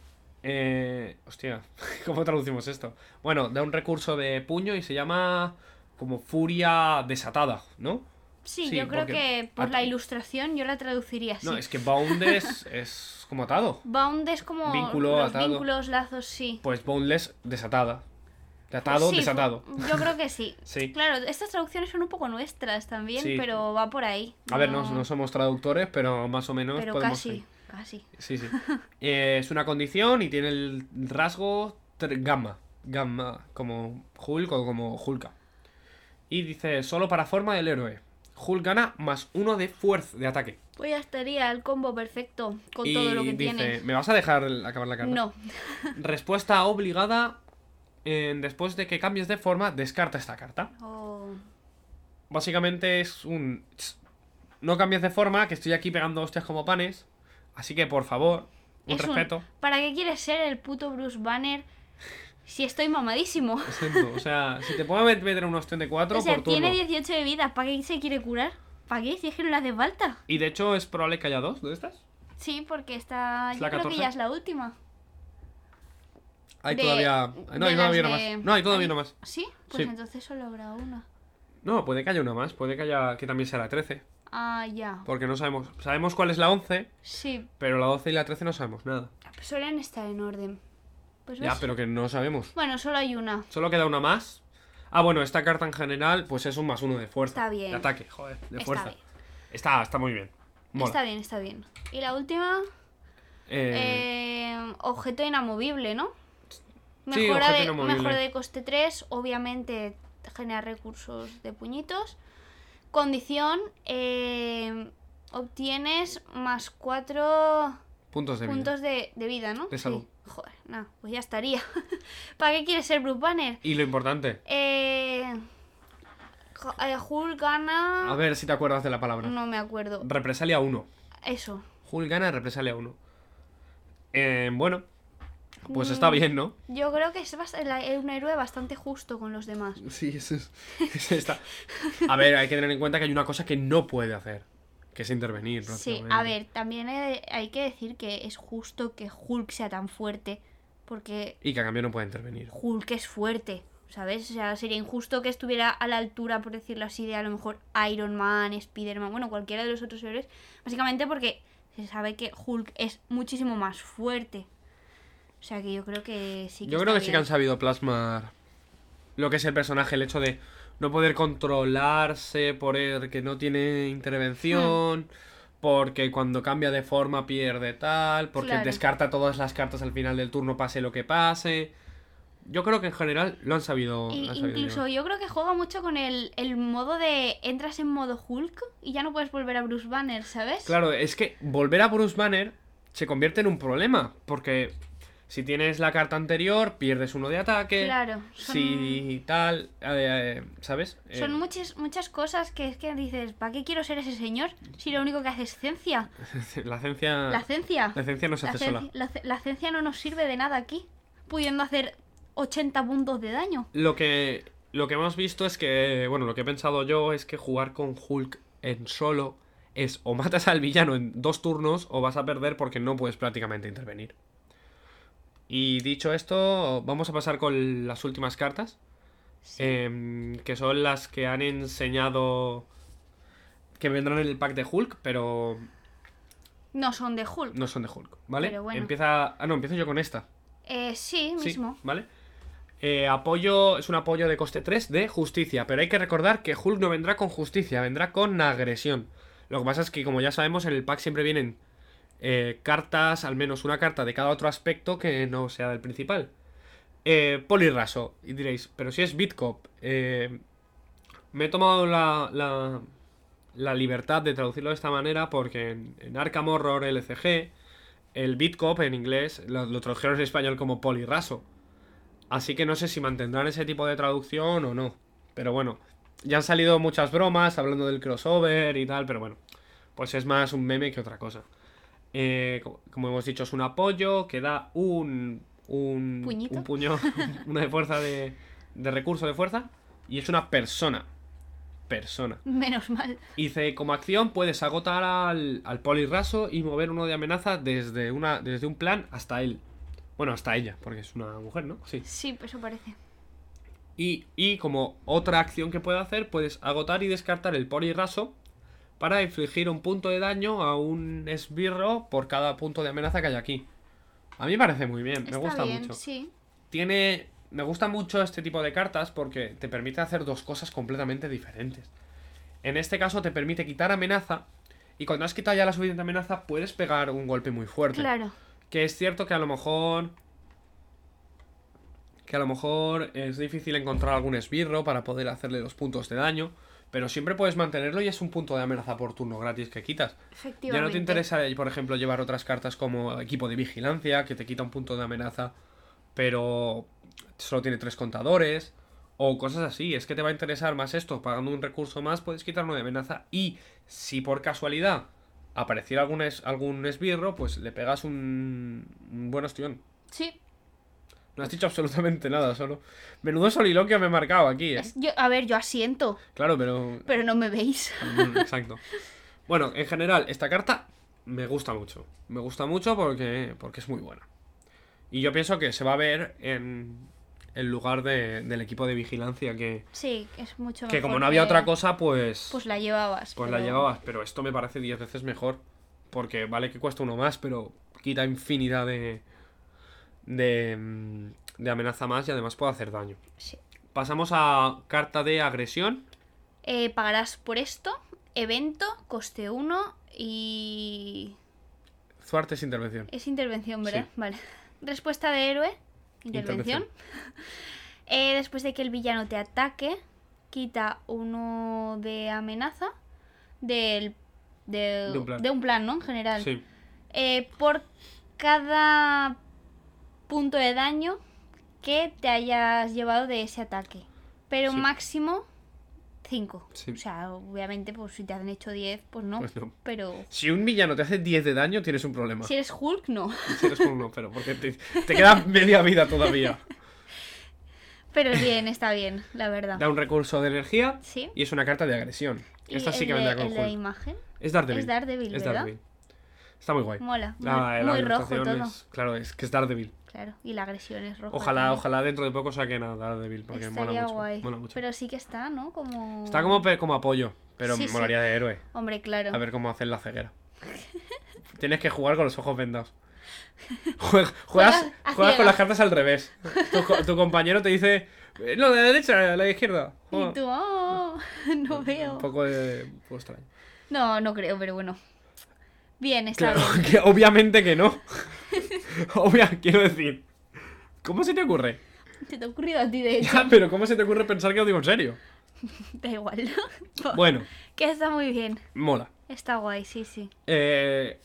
S1: hostia, ¿cómo traducimos esto? Bueno, da un recurso de puño y se llama como furia desatada, ¿no?
S2: Sí,
S1: Sí,
S2: yo creo
S1: porque-
S2: que por
S1: at-
S2: la ilustración yo la traduciría así.
S1: No, es que boundless es como atado.
S2: Bound es como
S1: Vínculo,
S2: los
S1: atado.
S2: vínculos, lazos, sí.
S1: Pues boundless desatada. De atado,
S2: Sí,
S1: desatado.
S2: Yo creo que sí.
S1: Sí.
S2: Claro, estas traducciones son un poco nuestras también,
S1: Sí.
S2: pero va por ahí.
S1: A ver, no, no somos traductores, pero más o menos
S2: Pero
S1: podemos.
S2: casi,
S1: ahí.
S2: casi.
S1: Sí, sí. Eh, es una condición y tiene el rasgo tr- gamma. Gamma, como Hulk o como Hulka. Y dice, solo para forma del héroe. Hulk gana más uno de fuerza de ataque.
S2: Pues ya estaría el combo perfecto con
S1: y
S2: todo lo que
S1: dice,
S2: tienes.
S1: ¿me vas a dejar acabar la carta?
S2: No,
S1: Respuesta obligada. eh, después de que cambies de forma, descarta esta carta.
S2: Oh,
S1: Básicamente es un... "Tss, No cambies de forma, que estoy aquí pegando hostias como panes. Así que, por favor, un
S2: es un-
S1: respeto.
S2: ¿Para qué quieres ser el puto Bruce Banner si estoy mamadísimo?
S1: Lo siento, O sea, si te puedo met- meter unos 34
S2: o sea,
S1: por turno.
S2: tiene 18 de vida, ¿para qué se quiere curar? ¿Para qué? Si es que no le hace falta.
S1: Y de hecho es probable que haya dos de estas.
S2: Sí, porque está.
S1: ¿Es
S2: Yo
S1: la
S2: creo
S1: 14?
S2: que ya es la última.
S1: Hay
S2: De-
S1: todavía... No,
S2: de
S1: hay todavía
S2: las
S1: una
S2: de-
S1: más. No, hay todavía una más.
S2: ¿Sí? Pues
S1: Sí.
S2: entonces solo habrá una.
S1: No, puede que haya una más. Puede que haya... Que también sea la 13.
S2: Ah, ya.
S1: Porque no sabemos... Sabemos cuál es la 11,
S2: Sí,
S1: pero la 12 y la 13 no sabemos nada.
S2: suelen estar en orden. Pues
S1: Ya,
S2: ves.
S1: pero que no sabemos.
S2: Bueno, solo hay una.
S1: Solo queda una más. Ah, bueno, esta carta en general, pues es un más uno de fuerza.
S2: Está bien.
S1: De ataque, joder, de
S2: Está
S1: fuerza.
S2: bien.
S1: Está, está muy bien. Mola.
S2: Está bien, está bien. Y la última.
S1: Eh,
S2: Eh, objeto inamovible, ¿no?
S1: Sí,
S2: Mejora,
S1: objeto
S2: de,
S1: inamovible.
S2: mejora de coste 3, obviamente genera recursos de puñitos. Condición, eh, obtienes más 4
S1: puntos de vida.
S2: puntos de, de vida, ¿no?
S1: De salud.
S2: Sí. Joder, nada, pues ya estaría. ¿Para qué quieres ser Bruce Banner?
S1: Y lo importante.
S2: Eh, jo- eh, Hulk gana...
S1: A ver si te acuerdas de la palabra.
S2: No me acuerdo.
S1: Represalia 1.
S2: Eso.
S1: Hulk gana represalia 1. Eh, bueno, pues está
S2: Mm.
S1: bien, ¿no?
S2: Yo creo que es bast- la- es un héroe bastante justo con los demás.
S1: Sí, eso es. eso está. A ver, hay que tener en cuenta que hay una cosa que no puede hacer, que es intervenir.
S2: Sí,
S1: prácticamente.
S2: a ver, también eh, hay que decir que es justo que Hulk sea tan fuerte, porque
S1: Y que a cambio no puede intervenir.
S2: Hulk es fuerte, ¿sabes? O sea, sería injusto que estuviera a la altura, por decirlo así, de a lo mejor Iron Man, Spider-Man, bueno, cualquiera de los otros héroes, básicamente porque se sabe que Hulk es muchísimo más fuerte. O sea, que yo creo que sí que
S1: Yo creo
S2: está
S1: que sí que han
S2: bien.
S1: sabido plasmar lo que es el personaje, el hecho de no poder controlarse, por el que no tiene intervención,
S2: Hmm.
S1: porque cuando cambia de forma pierde tal, porque
S2: Claro.
S1: descarta todas las cartas al final del turno, pase lo que pase. Yo creo que en general lo han sabido.
S2: Y-
S1: lo han sabido
S2: incluso
S1: llevar.
S2: yo creo que juega mucho con el, el modo de entras en modo Hulk y ya no puedes volver a Bruce Banner, ¿sabes?
S1: Claro, es que volver a Bruce Banner se convierte en un problema, porque si tienes la carta anterior, pierdes uno de ataque.
S2: Claro, son-
S1: Si tal, eh, eh, ¿sabes?
S2: Son
S1: Eh,
S2: muchas, muchas cosas que es que dices, ¿para qué quiero ser ese señor? Si lo único que hace es ciencia.
S1: La ciencia.
S2: La ciencia.
S1: Ah, La ciencia no se
S2: La
S1: hace
S2: cien-
S1: sola.
S2: la ce- la ciencia no nos sirve de nada aquí, pudiendo hacer 80 puntos de daño.
S1: Lo que, lo que hemos visto es que. Bueno, lo que he pensado yo es que jugar con Hulk en solo es o matas al villano en dos turnos o vas a perder porque no puedes prácticamente intervenir. Y dicho esto, vamos a pasar con las últimas cartas. em, que son las que han enseñado. Que vendrán en el pack de Hulk, pero
S2: No son de Hulk.
S1: no son de Hulk, ¿vale?
S2: Pero bueno.
S1: Empieza. Ah, no, empiezo yo con esta.
S2: Eh, sí,
S1: Sí,
S2: mismo.
S1: ¿Vale? Eh, apoyo, es un apoyo de coste 3 de justicia, pero hay que recordar que Hulk no vendrá con justicia, vendrá con agresión. Lo que pasa es que, como ya sabemos, en el pack siempre vienen eh, cartas, al menos una carta de cada otro aspecto que no sea del principal. Eh, polirraso, y diréis, pero si es Bitcop, eh, me he tomado la, la, la libertad de traducirlo de esta manera porque en, en Arkham Horror LCG el Bitcop en inglés lo, lo tradujeron en español como polirraso. Así que no sé si mantendrán ese tipo de traducción o no. Pero bueno, ya han salido muchas bromas hablando del crossover y tal, pero bueno, pues es más un meme que otra cosa. Eh, co- como hemos dicho, es un apoyo que da un, un,
S2: ¿Puñito?
S1: un puño, una de fuerza de, de recurso de fuerza, y es una persona. Persona.
S2: Menos mal.
S1: Y Dice, como acción puedes agotar al, al polirraso y mover uno de amenaza desde, una, desde un plan hasta él. Bueno, hasta ella, porque es una mujer, ¿no? Sí.
S2: Sí, pues eso parece.
S1: Y, y como otra acción que puede hacer, puedes agotar y descartar el polirraso para infligir un punto de daño a un esbirro por cada punto de amenaza que hay aquí. A mí me parece muy bien,
S2: Está
S1: me gusta
S2: bien,
S1: mucho.
S2: sí.
S1: Tiene... Me gusta mucho este tipo de cartas porque te permite hacer dos cosas completamente diferentes. En este caso te permite quitar amenaza y cuando has quitado ya la suficiente amenaza puedes pegar un golpe muy fuerte.
S2: Claro.
S1: Que es cierto que a lo mejor... Que a lo mejor es difícil encontrar algún esbirro para poder hacerle los puntos de daño, pero siempre puedes mantenerlo y es un punto de amenaza por turno gratis que quitas.
S2: Efectivamente.
S1: Ya no te interesa, eh, por ejemplo, llevar otras cartas como equipo de vigilancia, que te quita un punto de amenaza, pero solo tiene tres contadores, o cosas así. Es que te va a interesar más esto. Pagando un recurso más, puedes quitar uno de amenaza. Y si por casualidad apareciera algún, es- algún esbirro, pues le pegas un, un buen ostión.
S2: Sí.
S1: No has dicho absolutamente nada, solo. Menudo soliloquio me he marcado aquí, ¿eh?
S2: Es- yo- a ver, yo asiento,
S1: Claro, pero
S2: pero no me veis.
S1: Mm, Exacto. Bueno, en general, esta carta me gusta mucho. Me gusta mucho porque, porque es muy buena. Y yo pienso que se va a ver en el lugar de- del equipo de vigilancia que,
S2: Sí, es mucho
S1: que como
S2: mejor
S1: no había
S2: que-
S1: otra cosa, pues,
S2: Pues la llevabas.
S1: pues la
S2: pero-
S1: llevabas. Pero esto me parece 10 veces mejor. Porque vale que cuesta uno más, pero quita infinidad de, de, mm, de amenaza más y además puede hacer daño.
S2: Sí.
S1: Pasamos a carta de agresión.
S2: Eh, pagarás por esto, evento, coste 1 y...
S1: Zuarte es e intervención.
S2: Es intervención, ¿verdad?
S1: Sí.
S2: Vale. Respuesta de héroe. Intervención.
S1: Intervención.
S2: Eh, después de que el villano te ataque, quita uno de amenaza del, del-
S1: De un plan.
S2: ¿no? En general.
S1: Sí.
S2: Eh, por cada punto de daño que te hayas llevado de ese ataque. Pero
S1: Sí.
S2: máximo 5.
S1: Sí.
S2: O sea, obviamente, pues si te han hecho 10, pues no.
S1: Pues no.
S2: Pero
S1: Si un villano te hace 10 de daño, tienes un problema.
S2: si eres Hulk, no.
S1: Si eres uno, pero porque te, te queda media vida todavía.
S2: Pero bien, está bien, la verdad.
S1: Da un recurso de energía
S2: Sí.
S1: y es una carta de agresión.
S2: Y
S1: Esta sí
S2: el
S1: que
S2: de-
S1: vendrá con
S2: el de
S1: Hulk.
S2: imagen.
S1: Es Daredevil.
S2: es Daredevil,
S1: Es
S2: ¿verdad?
S1: Daredevil. Está muy guay.
S2: Mola. Muy,
S1: Ah, la
S2: muy rojo
S1: ilustración
S2: todo.
S1: es- claro, es que es Daredevil.
S2: Claro. Y la agresión es roja.
S1: Ojalá,
S2: también.
S1: ojalá dentro de poco saquen a Daredevil, porque
S2: Estaría
S1: mola mucho.
S2: guay.
S1: mola mucho.
S2: Pero sí que está, ¿no? Como.
S1: Está como, pe- como apoyo, pero
S2: Sí, sí.
S1: molaría de héroe.
S2: Hombre, claro.
S1: A ver cómo hacen la ceguera. Tienes que jugar con los ojos vendados. Jue- juegas
S2: a
S1: juegas con
S2: ciegas.
S1: las cartas al revés. Tu, co- tu compañero te dice, "Eh, no, de la derecha, de la izquierda. Juega.
S2: Y tú, oh, no veo.
S1: Un poco, de, un poco extraño.
S2: No, no creo, pero bueno. Bien, está
S1: Claro,
S2: bien.
S1: que obviamente que no. Obvia, quiero decir. ¿Cómo se te ocurre?
S2: Se te ha ocurrido a ti, de hecho.
S1: Ya, pero ¿cómo se te ocurre pensar que lo digo en serio?
S2: Da igual. Oh.
S1: Bueno,
S2: que está muy bien.
S1: mola.
S2: Está guay, sí, sí.
S1: Eh,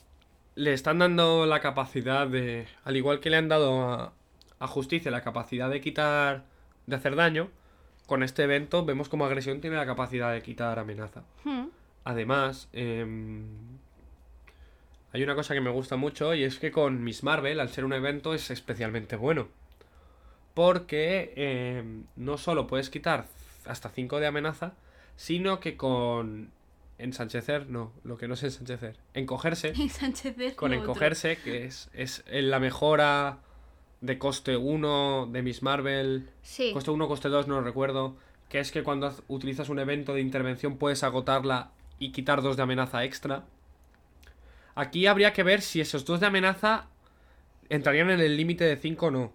S1: le están dando la capacidad de. Al igual que le han dado a, a Justicia la capacidad de quitar. de hacer daño. Con este evento vemos como agresión tiene la capacidad de quitar amenaza.
S2: Hmm.
S1: Además, em, hay una cosa que me gusta mucho y es que con Miss Marvel, al ser un evento, es especialmente bueno. Porque em, no solo puedes quitar hasta 5 de amenaza, sino que con ensánchecer, no, lo que no es ensanchecer, encogerse,
S2: Ensanchecer
S1: con
S2: lo otro.
S1: encogerse, que es, es en la mejora de coste 1 de Miss Marvel,
S2: Sí.
S1: Coste 1, coste 2, no lo recuerdo. Que es que cuando haz- utilizas un evento de intervención puedes agotarla y quitar dos de amenaza extra. Aquí habría que ver si esos dos de amenaza entrarían en el límite de 5 o no.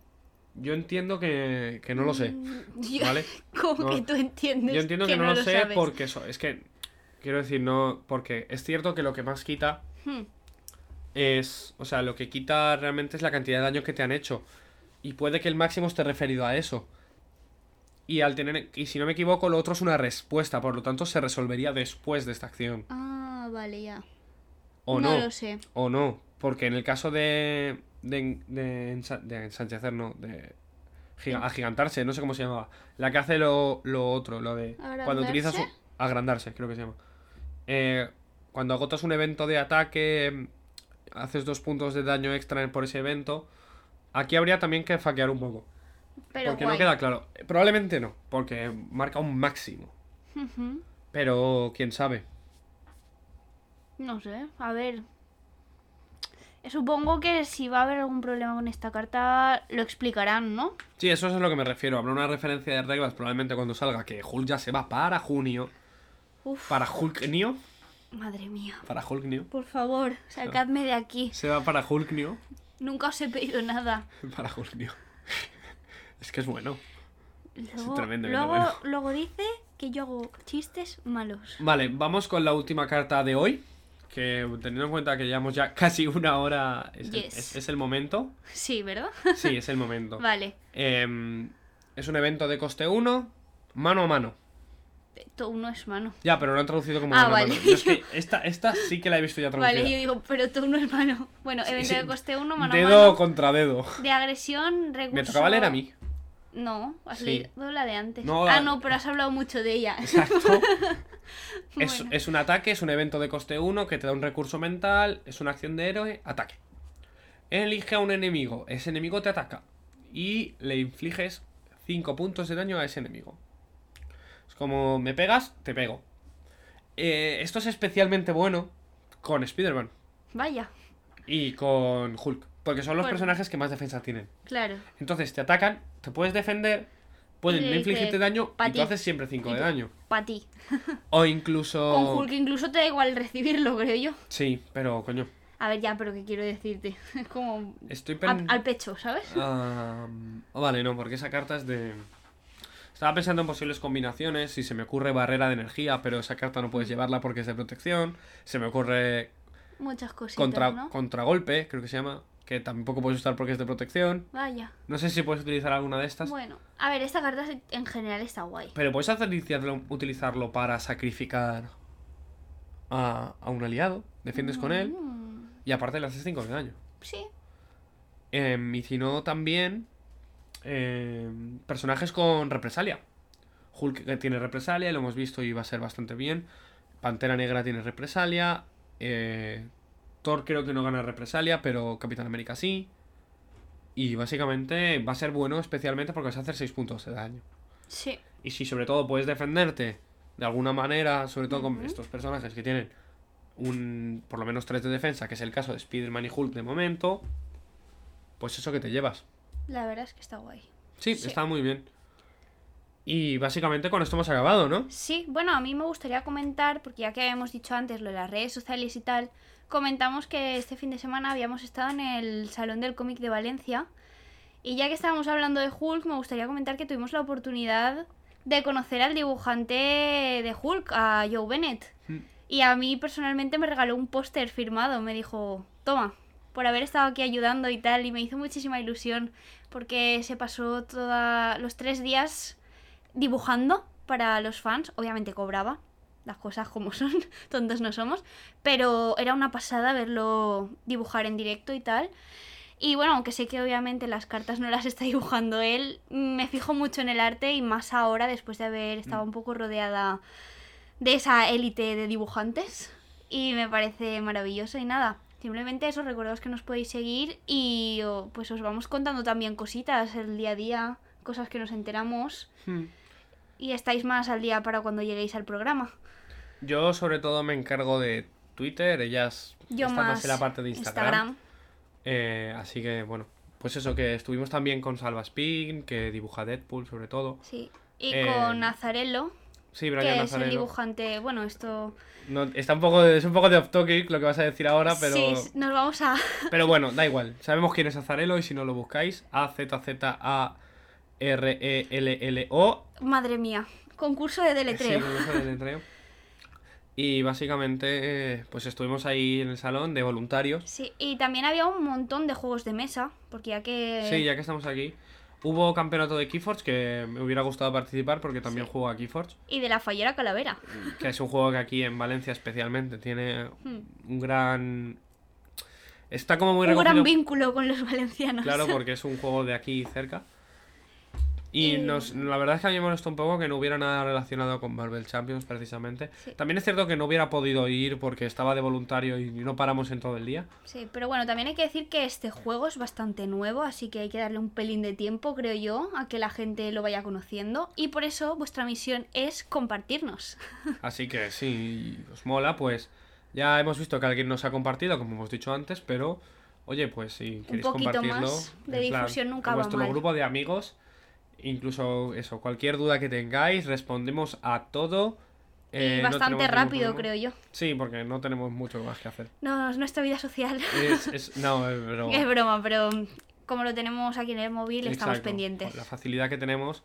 S1: Yo entiendo que, que no lo sé.
S2: Mm, yo-
S1: ¿Vale?
S2: ¿Cómo
S1: No.
S2: que tú entiendes?
S1: Yo entiendo Mm, que, no, lo, sé
S2: sabes?
S1: porque eso. Es que. Quiero decir, no. Porque es cierto que lo que más quita
S2: Hmm.
S1: es. O sea, lo que quita realmente es la cantidad de daño que te han hecho. Y puede que el máximo esté referido a eso. Y al tener. Y si no me equivoco, lo otro es una respuesta. Por lo tanto, se resolvería después de esta acción.
S2: Ah, vale, ya.
S1: O
S2: no
S1: no.
S2: lo sé.
S1: O no. Porque en el caso de. de, en- de ensa- de ensanchecer, no. De. giga- agigantarse, no sé cómo se llamaba. La que hace lo, lo otro, lo de. Cuando utilizas. un-
S2: ¿Agrandarse?
S1: agrandarse, creo que se llama. Eh, cuando agotas un evento de ataque, em, haces dos puntos de daño extra por ese evento. Aquí habría también que faquear un poco.
S2: Pero
S1: porque
S2: guay.
S1: no queda claro. Eh, Probablemente no, porque marca un máximo.
S2: Ujú.
S1: Pero quién sabe.
S2: No sé, a ver. Supongo que si va a haber algún problema con esta carta, lo explicarán, ¿no?
S1: Sí, eso es a lo que me refiero. Habrá una referencia de reglas probablemente cuando salga que Hulk ya se va para junio.
S2: Uf,
S1: Para Hulknio.
S2: madre mía.
S1: Para Hulknio.
S2: Por favor, sacadme de aquí.
S1: Se va para Hulknio.
S2: Nunca os he pedido nada.
S1: Para Hulknio. es que es bueno.
S2: Luego,
S1: tremendamente
S2: luego,
S1: bueno.
S2: luego dice que yo hago chistes malos.
S1: Vale, vamos con la última carta de hoy. Que teniendo en cuenta que llevamos ya casi una hora, es, el-
S2: Yes.
S1: es- es el momento.
S2: Sí, ¿verdad?
S1: Sí, es el momento.
S2: vale.
S1: Em, es un evento de coste 1, mano a mano.
S2: Todo uno es mano.
S1: Ya, pero lo han traducido como
S2: Ah,
S1: mano a
S2: vale.
S1: mano. Yo es que esta, esta sí que la he visto ya traducida.
S2: Vale, yo digo, pero todo uno es mano. Bueno, evento de coste uno, mano a
S1: dedo
S2: mano.
S1: contra dedo.
S2: De agresión, recurso...
S1: Me tocaba leer a mí.
S2: No, has
S1: Sí.
S2: leído la de antes.
S1: No,
S2: ah,
S1: la-
S2: no, pero has hablado mucho de ella.
S1: Exacto. es,
S2: Bueno.
S1: es un ataque, es un evento de coste 1 que te da un recurso mental, es una acción de héroe, ataque. Elige a un enemigo, ese enemigo te ataca y le infliges 5 puntos de daño a ese enemigo. Es como me pegas, te pego. Eh, esto es especialmente bueno con Spider-Man
S2: Vaya,
S1: y con Hulk, porque son los
S2: Bueno.
S1: personajes que más defensa tienen.
S2: claro.
S1: Entonces te atacan, te puedes defender, pueden
S2: Y le
S1: no infligirte
S2: dices,
S1: daño
S2: "Pa'
S1: y tú
S2: ti".
S1: haces siempre 5 de
S2: tú-
S1: daño.
S2: Para ti.
S1: O incluso...
S2: Con Hulk incluso te da igual recibirlo, creo yo.
S1: Sí, pero coño,
S2: A ver, ya, pero ¿qué quiero decirte? Es como...
S1: estoy
S2: a-
S1: pen-
S2: al pecho, ¿sabes?
S1: Ah, oh, vale, no, porque esa carta es de... Estaba pensando en posibles combinaciones y se me ocurre barrera de energía, pero esa carta no puedes llevarla porque es de protección. Se me ocurre
S2: Muchas cositas,
S1: Contra,
S2: ¿no?
S1: Contragolpe, creo que se llama. Que tampoco puedes usar porque es de protección.
S2: Vaya.
S1: No sé si puedes utilizar alguna de estas.
S2: Bueno, a ver, esta carta se- en general está guay.
S1: Pero puedes hacer, utilizarlo, utilizarlo para sacrificar a, a un aliado. Defiendes con él.
S2: Mm,
S1: Y aparte le haces 5 de daño.
S2: sí.
S1: Em, y si no, también em, personajes con represalia. Hulk que tiene represalia, lo hemos visto y va a ser bastante bien. Pantera Negra tiene represalia. eh, Thor creo que no gana represalia, pero Capitán América sí. Y básicamente va a ser bueno especialmente porque vas a hacer 6 puntos de daño.
S2: Sí.
S1: Y si sobre todo puedes defenderte de alguna manera, sobre todo con
S2: Ujú.
S1: estos personajes que tienen un por lo menos 3 de defensa, que es el caso de Spider-Man y Hulk de momento, pues eso que te llevas.
S2: La verdad es que está guay.
S1: Sí,
S2: Sí.
S1: está muy bien. Y básicamente con esto hemos acabado, ¿no?
S2: Sí, bueno, a mí me gustaría comentar, porque ya que habíamos dicho antes lo de las redes sociales y tal, comentamos que este fin de semana habíamos estado en el Salón del Cómic de Valencia. Y ya que estábamos hablando de Hulk, me gustaría comentar que tuvimos la oportunidad de conocer al dibujante de Hulk, a Joe Bennett.
S1: Mm.
S2: Y a mí personalmente me regaló un póster firmado. Me dijo, toma, por haber estado aquí ayudando y tal. Y me hizo muchísima ilusión porque se pasó todos los tres días dibujando para los fans. Obviamente cobraba, las cosas como son, tontos no somos. Pero era una pasada verlo dibujar en directo y tal. Y bueno, aunque sé que obviamente las cartas no las está dibujando él, me fijo mucho en el arte y más ahora después de haber estado un poco rodeada de esa élite de dibujantes y me parece maravilloso y nada. Simplemente eso, recordaos que nos podéis seguir y o, pues os vamos contando también cositas, el día a día, cosas que nos enteramos y estáis más al día para cuando lleguéis al programa.
S1: Yo sobre todo me encargo de Twitter, ellas
S2: Yo
S1: está
S2: más,
S1: en la parte de Instagram. Eh, así que bueno, pues eso que estuvimos también con Salva Spin, que dibuja Deadpool sobre todo.
S2: sí. Y
S1: Eh,
S2: con Azarello,
S1: Sí,
S2: que
S1: Brian
S2: es el
S1: Nazareno.
S2: dibujante, bueno, esto...
S1: No, está un poco de- es un poco de off topic lo que vas a decir ahora, pero
S2: Sí, nos vamos a...
S1: Pero bueno, da igual. Sabemos quién es Azarelo y si no lo buscáis, E A-Z-Z-A-R-E-L-L-O.
S2: Madre mía, concurso de
S1: Sí,
S2: deletreo.
S1: con eso del letreo. Y básicamente, eh, pues estuvimos ahí en el salón de voluntarios.
S2: Sí, y también había un montón de juegos de mesa, porque ya que...
S1: Sí, ya que estamos aquí. Hubo campeonato de Keyforge que me hubiera gustado participar porque también
S2: Sí.
S1: juego a Keyforge,
S2: Y de la fallera calavera.
S1: que es un juego que aquí en Valencia especialmente tiene
S2: Hmm.
S1: un gran... Está como muy
S2: Un gran
S1: recogido
S2: vínculo con los valencianos.
S1: Claro, porque es un juego de aquí cerca. Y
S2: Y-
S1: nos, la verdad es que a mí me molestó un poco que no hubiera nada relacionado con Marvel Champions, precisamente.
S2: Sí.
S1: También es cierto que no hubiera podido ir porque estaba de voluntario y no paramos en todo el día.
S2: Sí, pero bueno, también hay que decir que este juego es bastante nuevo, así que hay que darle un pelín de tiempo, creo yo, a que la gente lo vaya conociendo. Y por eso vuestra misión es
S1: Eh,
S2: compartirnos.
S1: Así que si os mola, pues ya hemos visto que alguien nos ha compartido, como hemos dicho antes, pero oye, pues si queréis
S2: poquito
S1: compartirlo
S2: más de
S1: en plan,
S2: difusión nunca
S1: en
S2: va
S1: vuestro
S2: mal.
S1: grupo de amigos, incluso eso, cualquier duda que tengáis, respondemos a todo. eh,
S2: y
S1: no
S2: bastante
S1: tenemos ningún
S2: rápido,
S1: problema.
S2: creo yo.
S1: Sí, porque no tenemos mucho más que hacer.
S2: No, es nuestra vida social.
S1: Es, es- no, es broma.
S2: Es broma, pero como lo tenemos aquí en el móvil, estamos
S1: Exacto.
S2: pendientes.
S1: Con La facilidad que tenemos,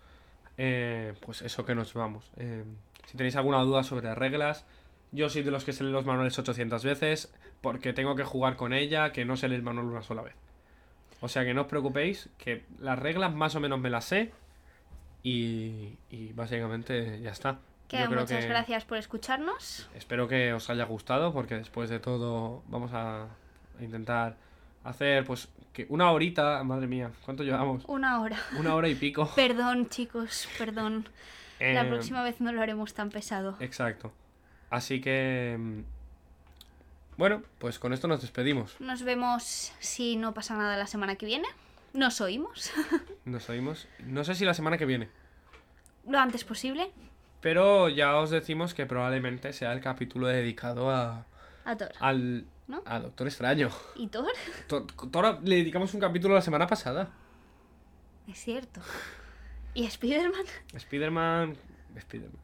S1: eh, pues eso que nos vamos. Eh, si tenéis alguna duda sobre reglas, yo soy de los que se leen los manuales 800 veces porque tengo que jugar con ella, que no se lee el manual una sola vez. O sea que no os preocupéis, que las reglas más o menos me las sé y, y básicamente ya está.
S2: Que
S1: Yo creo
S2: muchas
S1: que-
S2: gracias por escucharnos.
S1: Espero que os haya gustado porque después de todo vamos a intentar hacer pues que una horita, madre mía, ¿cuánto llevamos?
S2: Una hora.
S1: Una hora y pico.
S2: Perdón, chicos, perdón.
S1: Eh,
S2: La próxima vez no lo haremos tan pesado.
S1: Exacto. Así que mm, bueno, pues con esto nos despedimos.
S2: Nos vemos si no pasa nada la semana que viene. Nos oímos
S1: Nos oímos. No sé si la semana que viene,
S2: lo antes posible
S1: pero ya os decimos que probablemente sea el capítulo dedicado a
S2: a Thor,
S1: al
S2: ¿no?
S1: a Doctor Extraño.
S2: ¿Y Thor?
S1: To- Tora le dedicamos un capítulo la semana pasada.
S2: Es cierto. ¿Y Spider-Man?
S1: Spider-Man. Spider-Man.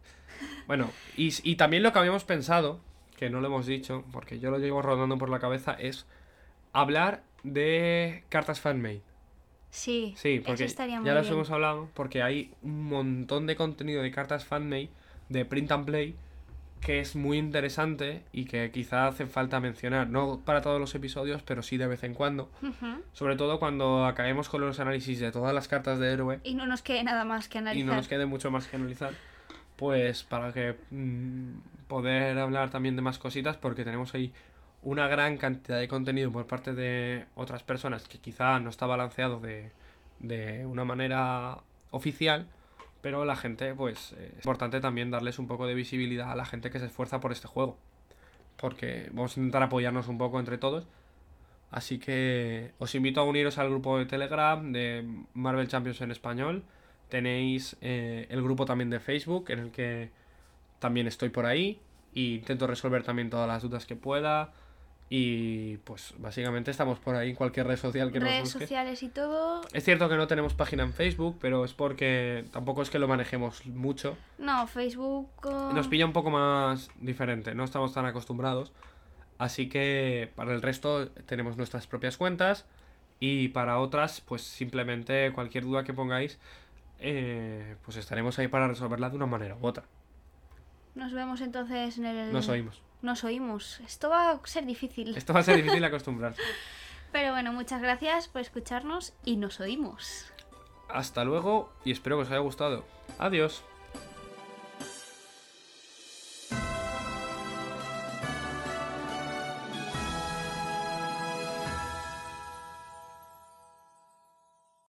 S1: Bueno, y, y también lo que habíamos pensado, que no lo hemos dicho, porque yo lo llevo rodando por la cabeza, es hablar de cartas fanmade.
S2: Sí,
S1: Sí,
S2: eso
S1: porque
S2: estaría
S1: ya
S2: muy
S1: las
S2: bien.
S1: hemos hablado, porque hay un montón de contenido de cartas fanmade, de print and play, que es muy interesante y que quizá hace falta mencionar, no para todos los episodios, pero sí de vez en cuando,
S2: Ujú.
S1: sobre todo cuando acabemos con los análisis de todas las cartas de héroe
S2: Y no nos quede nada más que
S1: y
S2: analizar.
S1: no nos quede mucho más que analizar, pues para que mm, poder hablar también de más cositas, porque tenemos ahí una gran cantidad de contenido por parte de otras personas que quizá no está balanceado de, de una manera oficial, pero la gente, pues eh, es importante también darles un poco de visibilidad a la gente que se esfuerza por este juego, porque vamos a intentar apoyarnos un poco entre todos. Así que os invito a uniros al grupo de Telegram de Marvel Champions en español, Tenéis eh, el grupo también de Facebook, en el que también estoy por ahí. Y intento resolver también todas las dudas que pueda. Y pues básicamente estamos por ahí en cualquier red social que nos
S2: Redes
S1: busque.
S2: sociales y todo.
S1: Es cierto que no tenemos página en Facebook, pero es porque tampoco es que lo manejemos mucho.
S2: No, Facebook. oh,
S1: Nos pilla un poco más diferente, no estamos tan acostumbrados. Así que para el resto tenemos nuestras propias cuentas y para otras, pues simplemente cualquier duda que pongáis, eh, pues estaremos ahí para resolverla de una manera u otra.
S2: Nos vemos entonces en el.
S1: Nos oímos.
S2: Nos oímos. Esto va a ser difícil.
S1: Esto va a ser difícil acostumbrarse.
S2: Pero bueno, muchas gracias por escucharnos y nos oímos.
S1: Hasta luego y espero que os haya gustado. Adiós.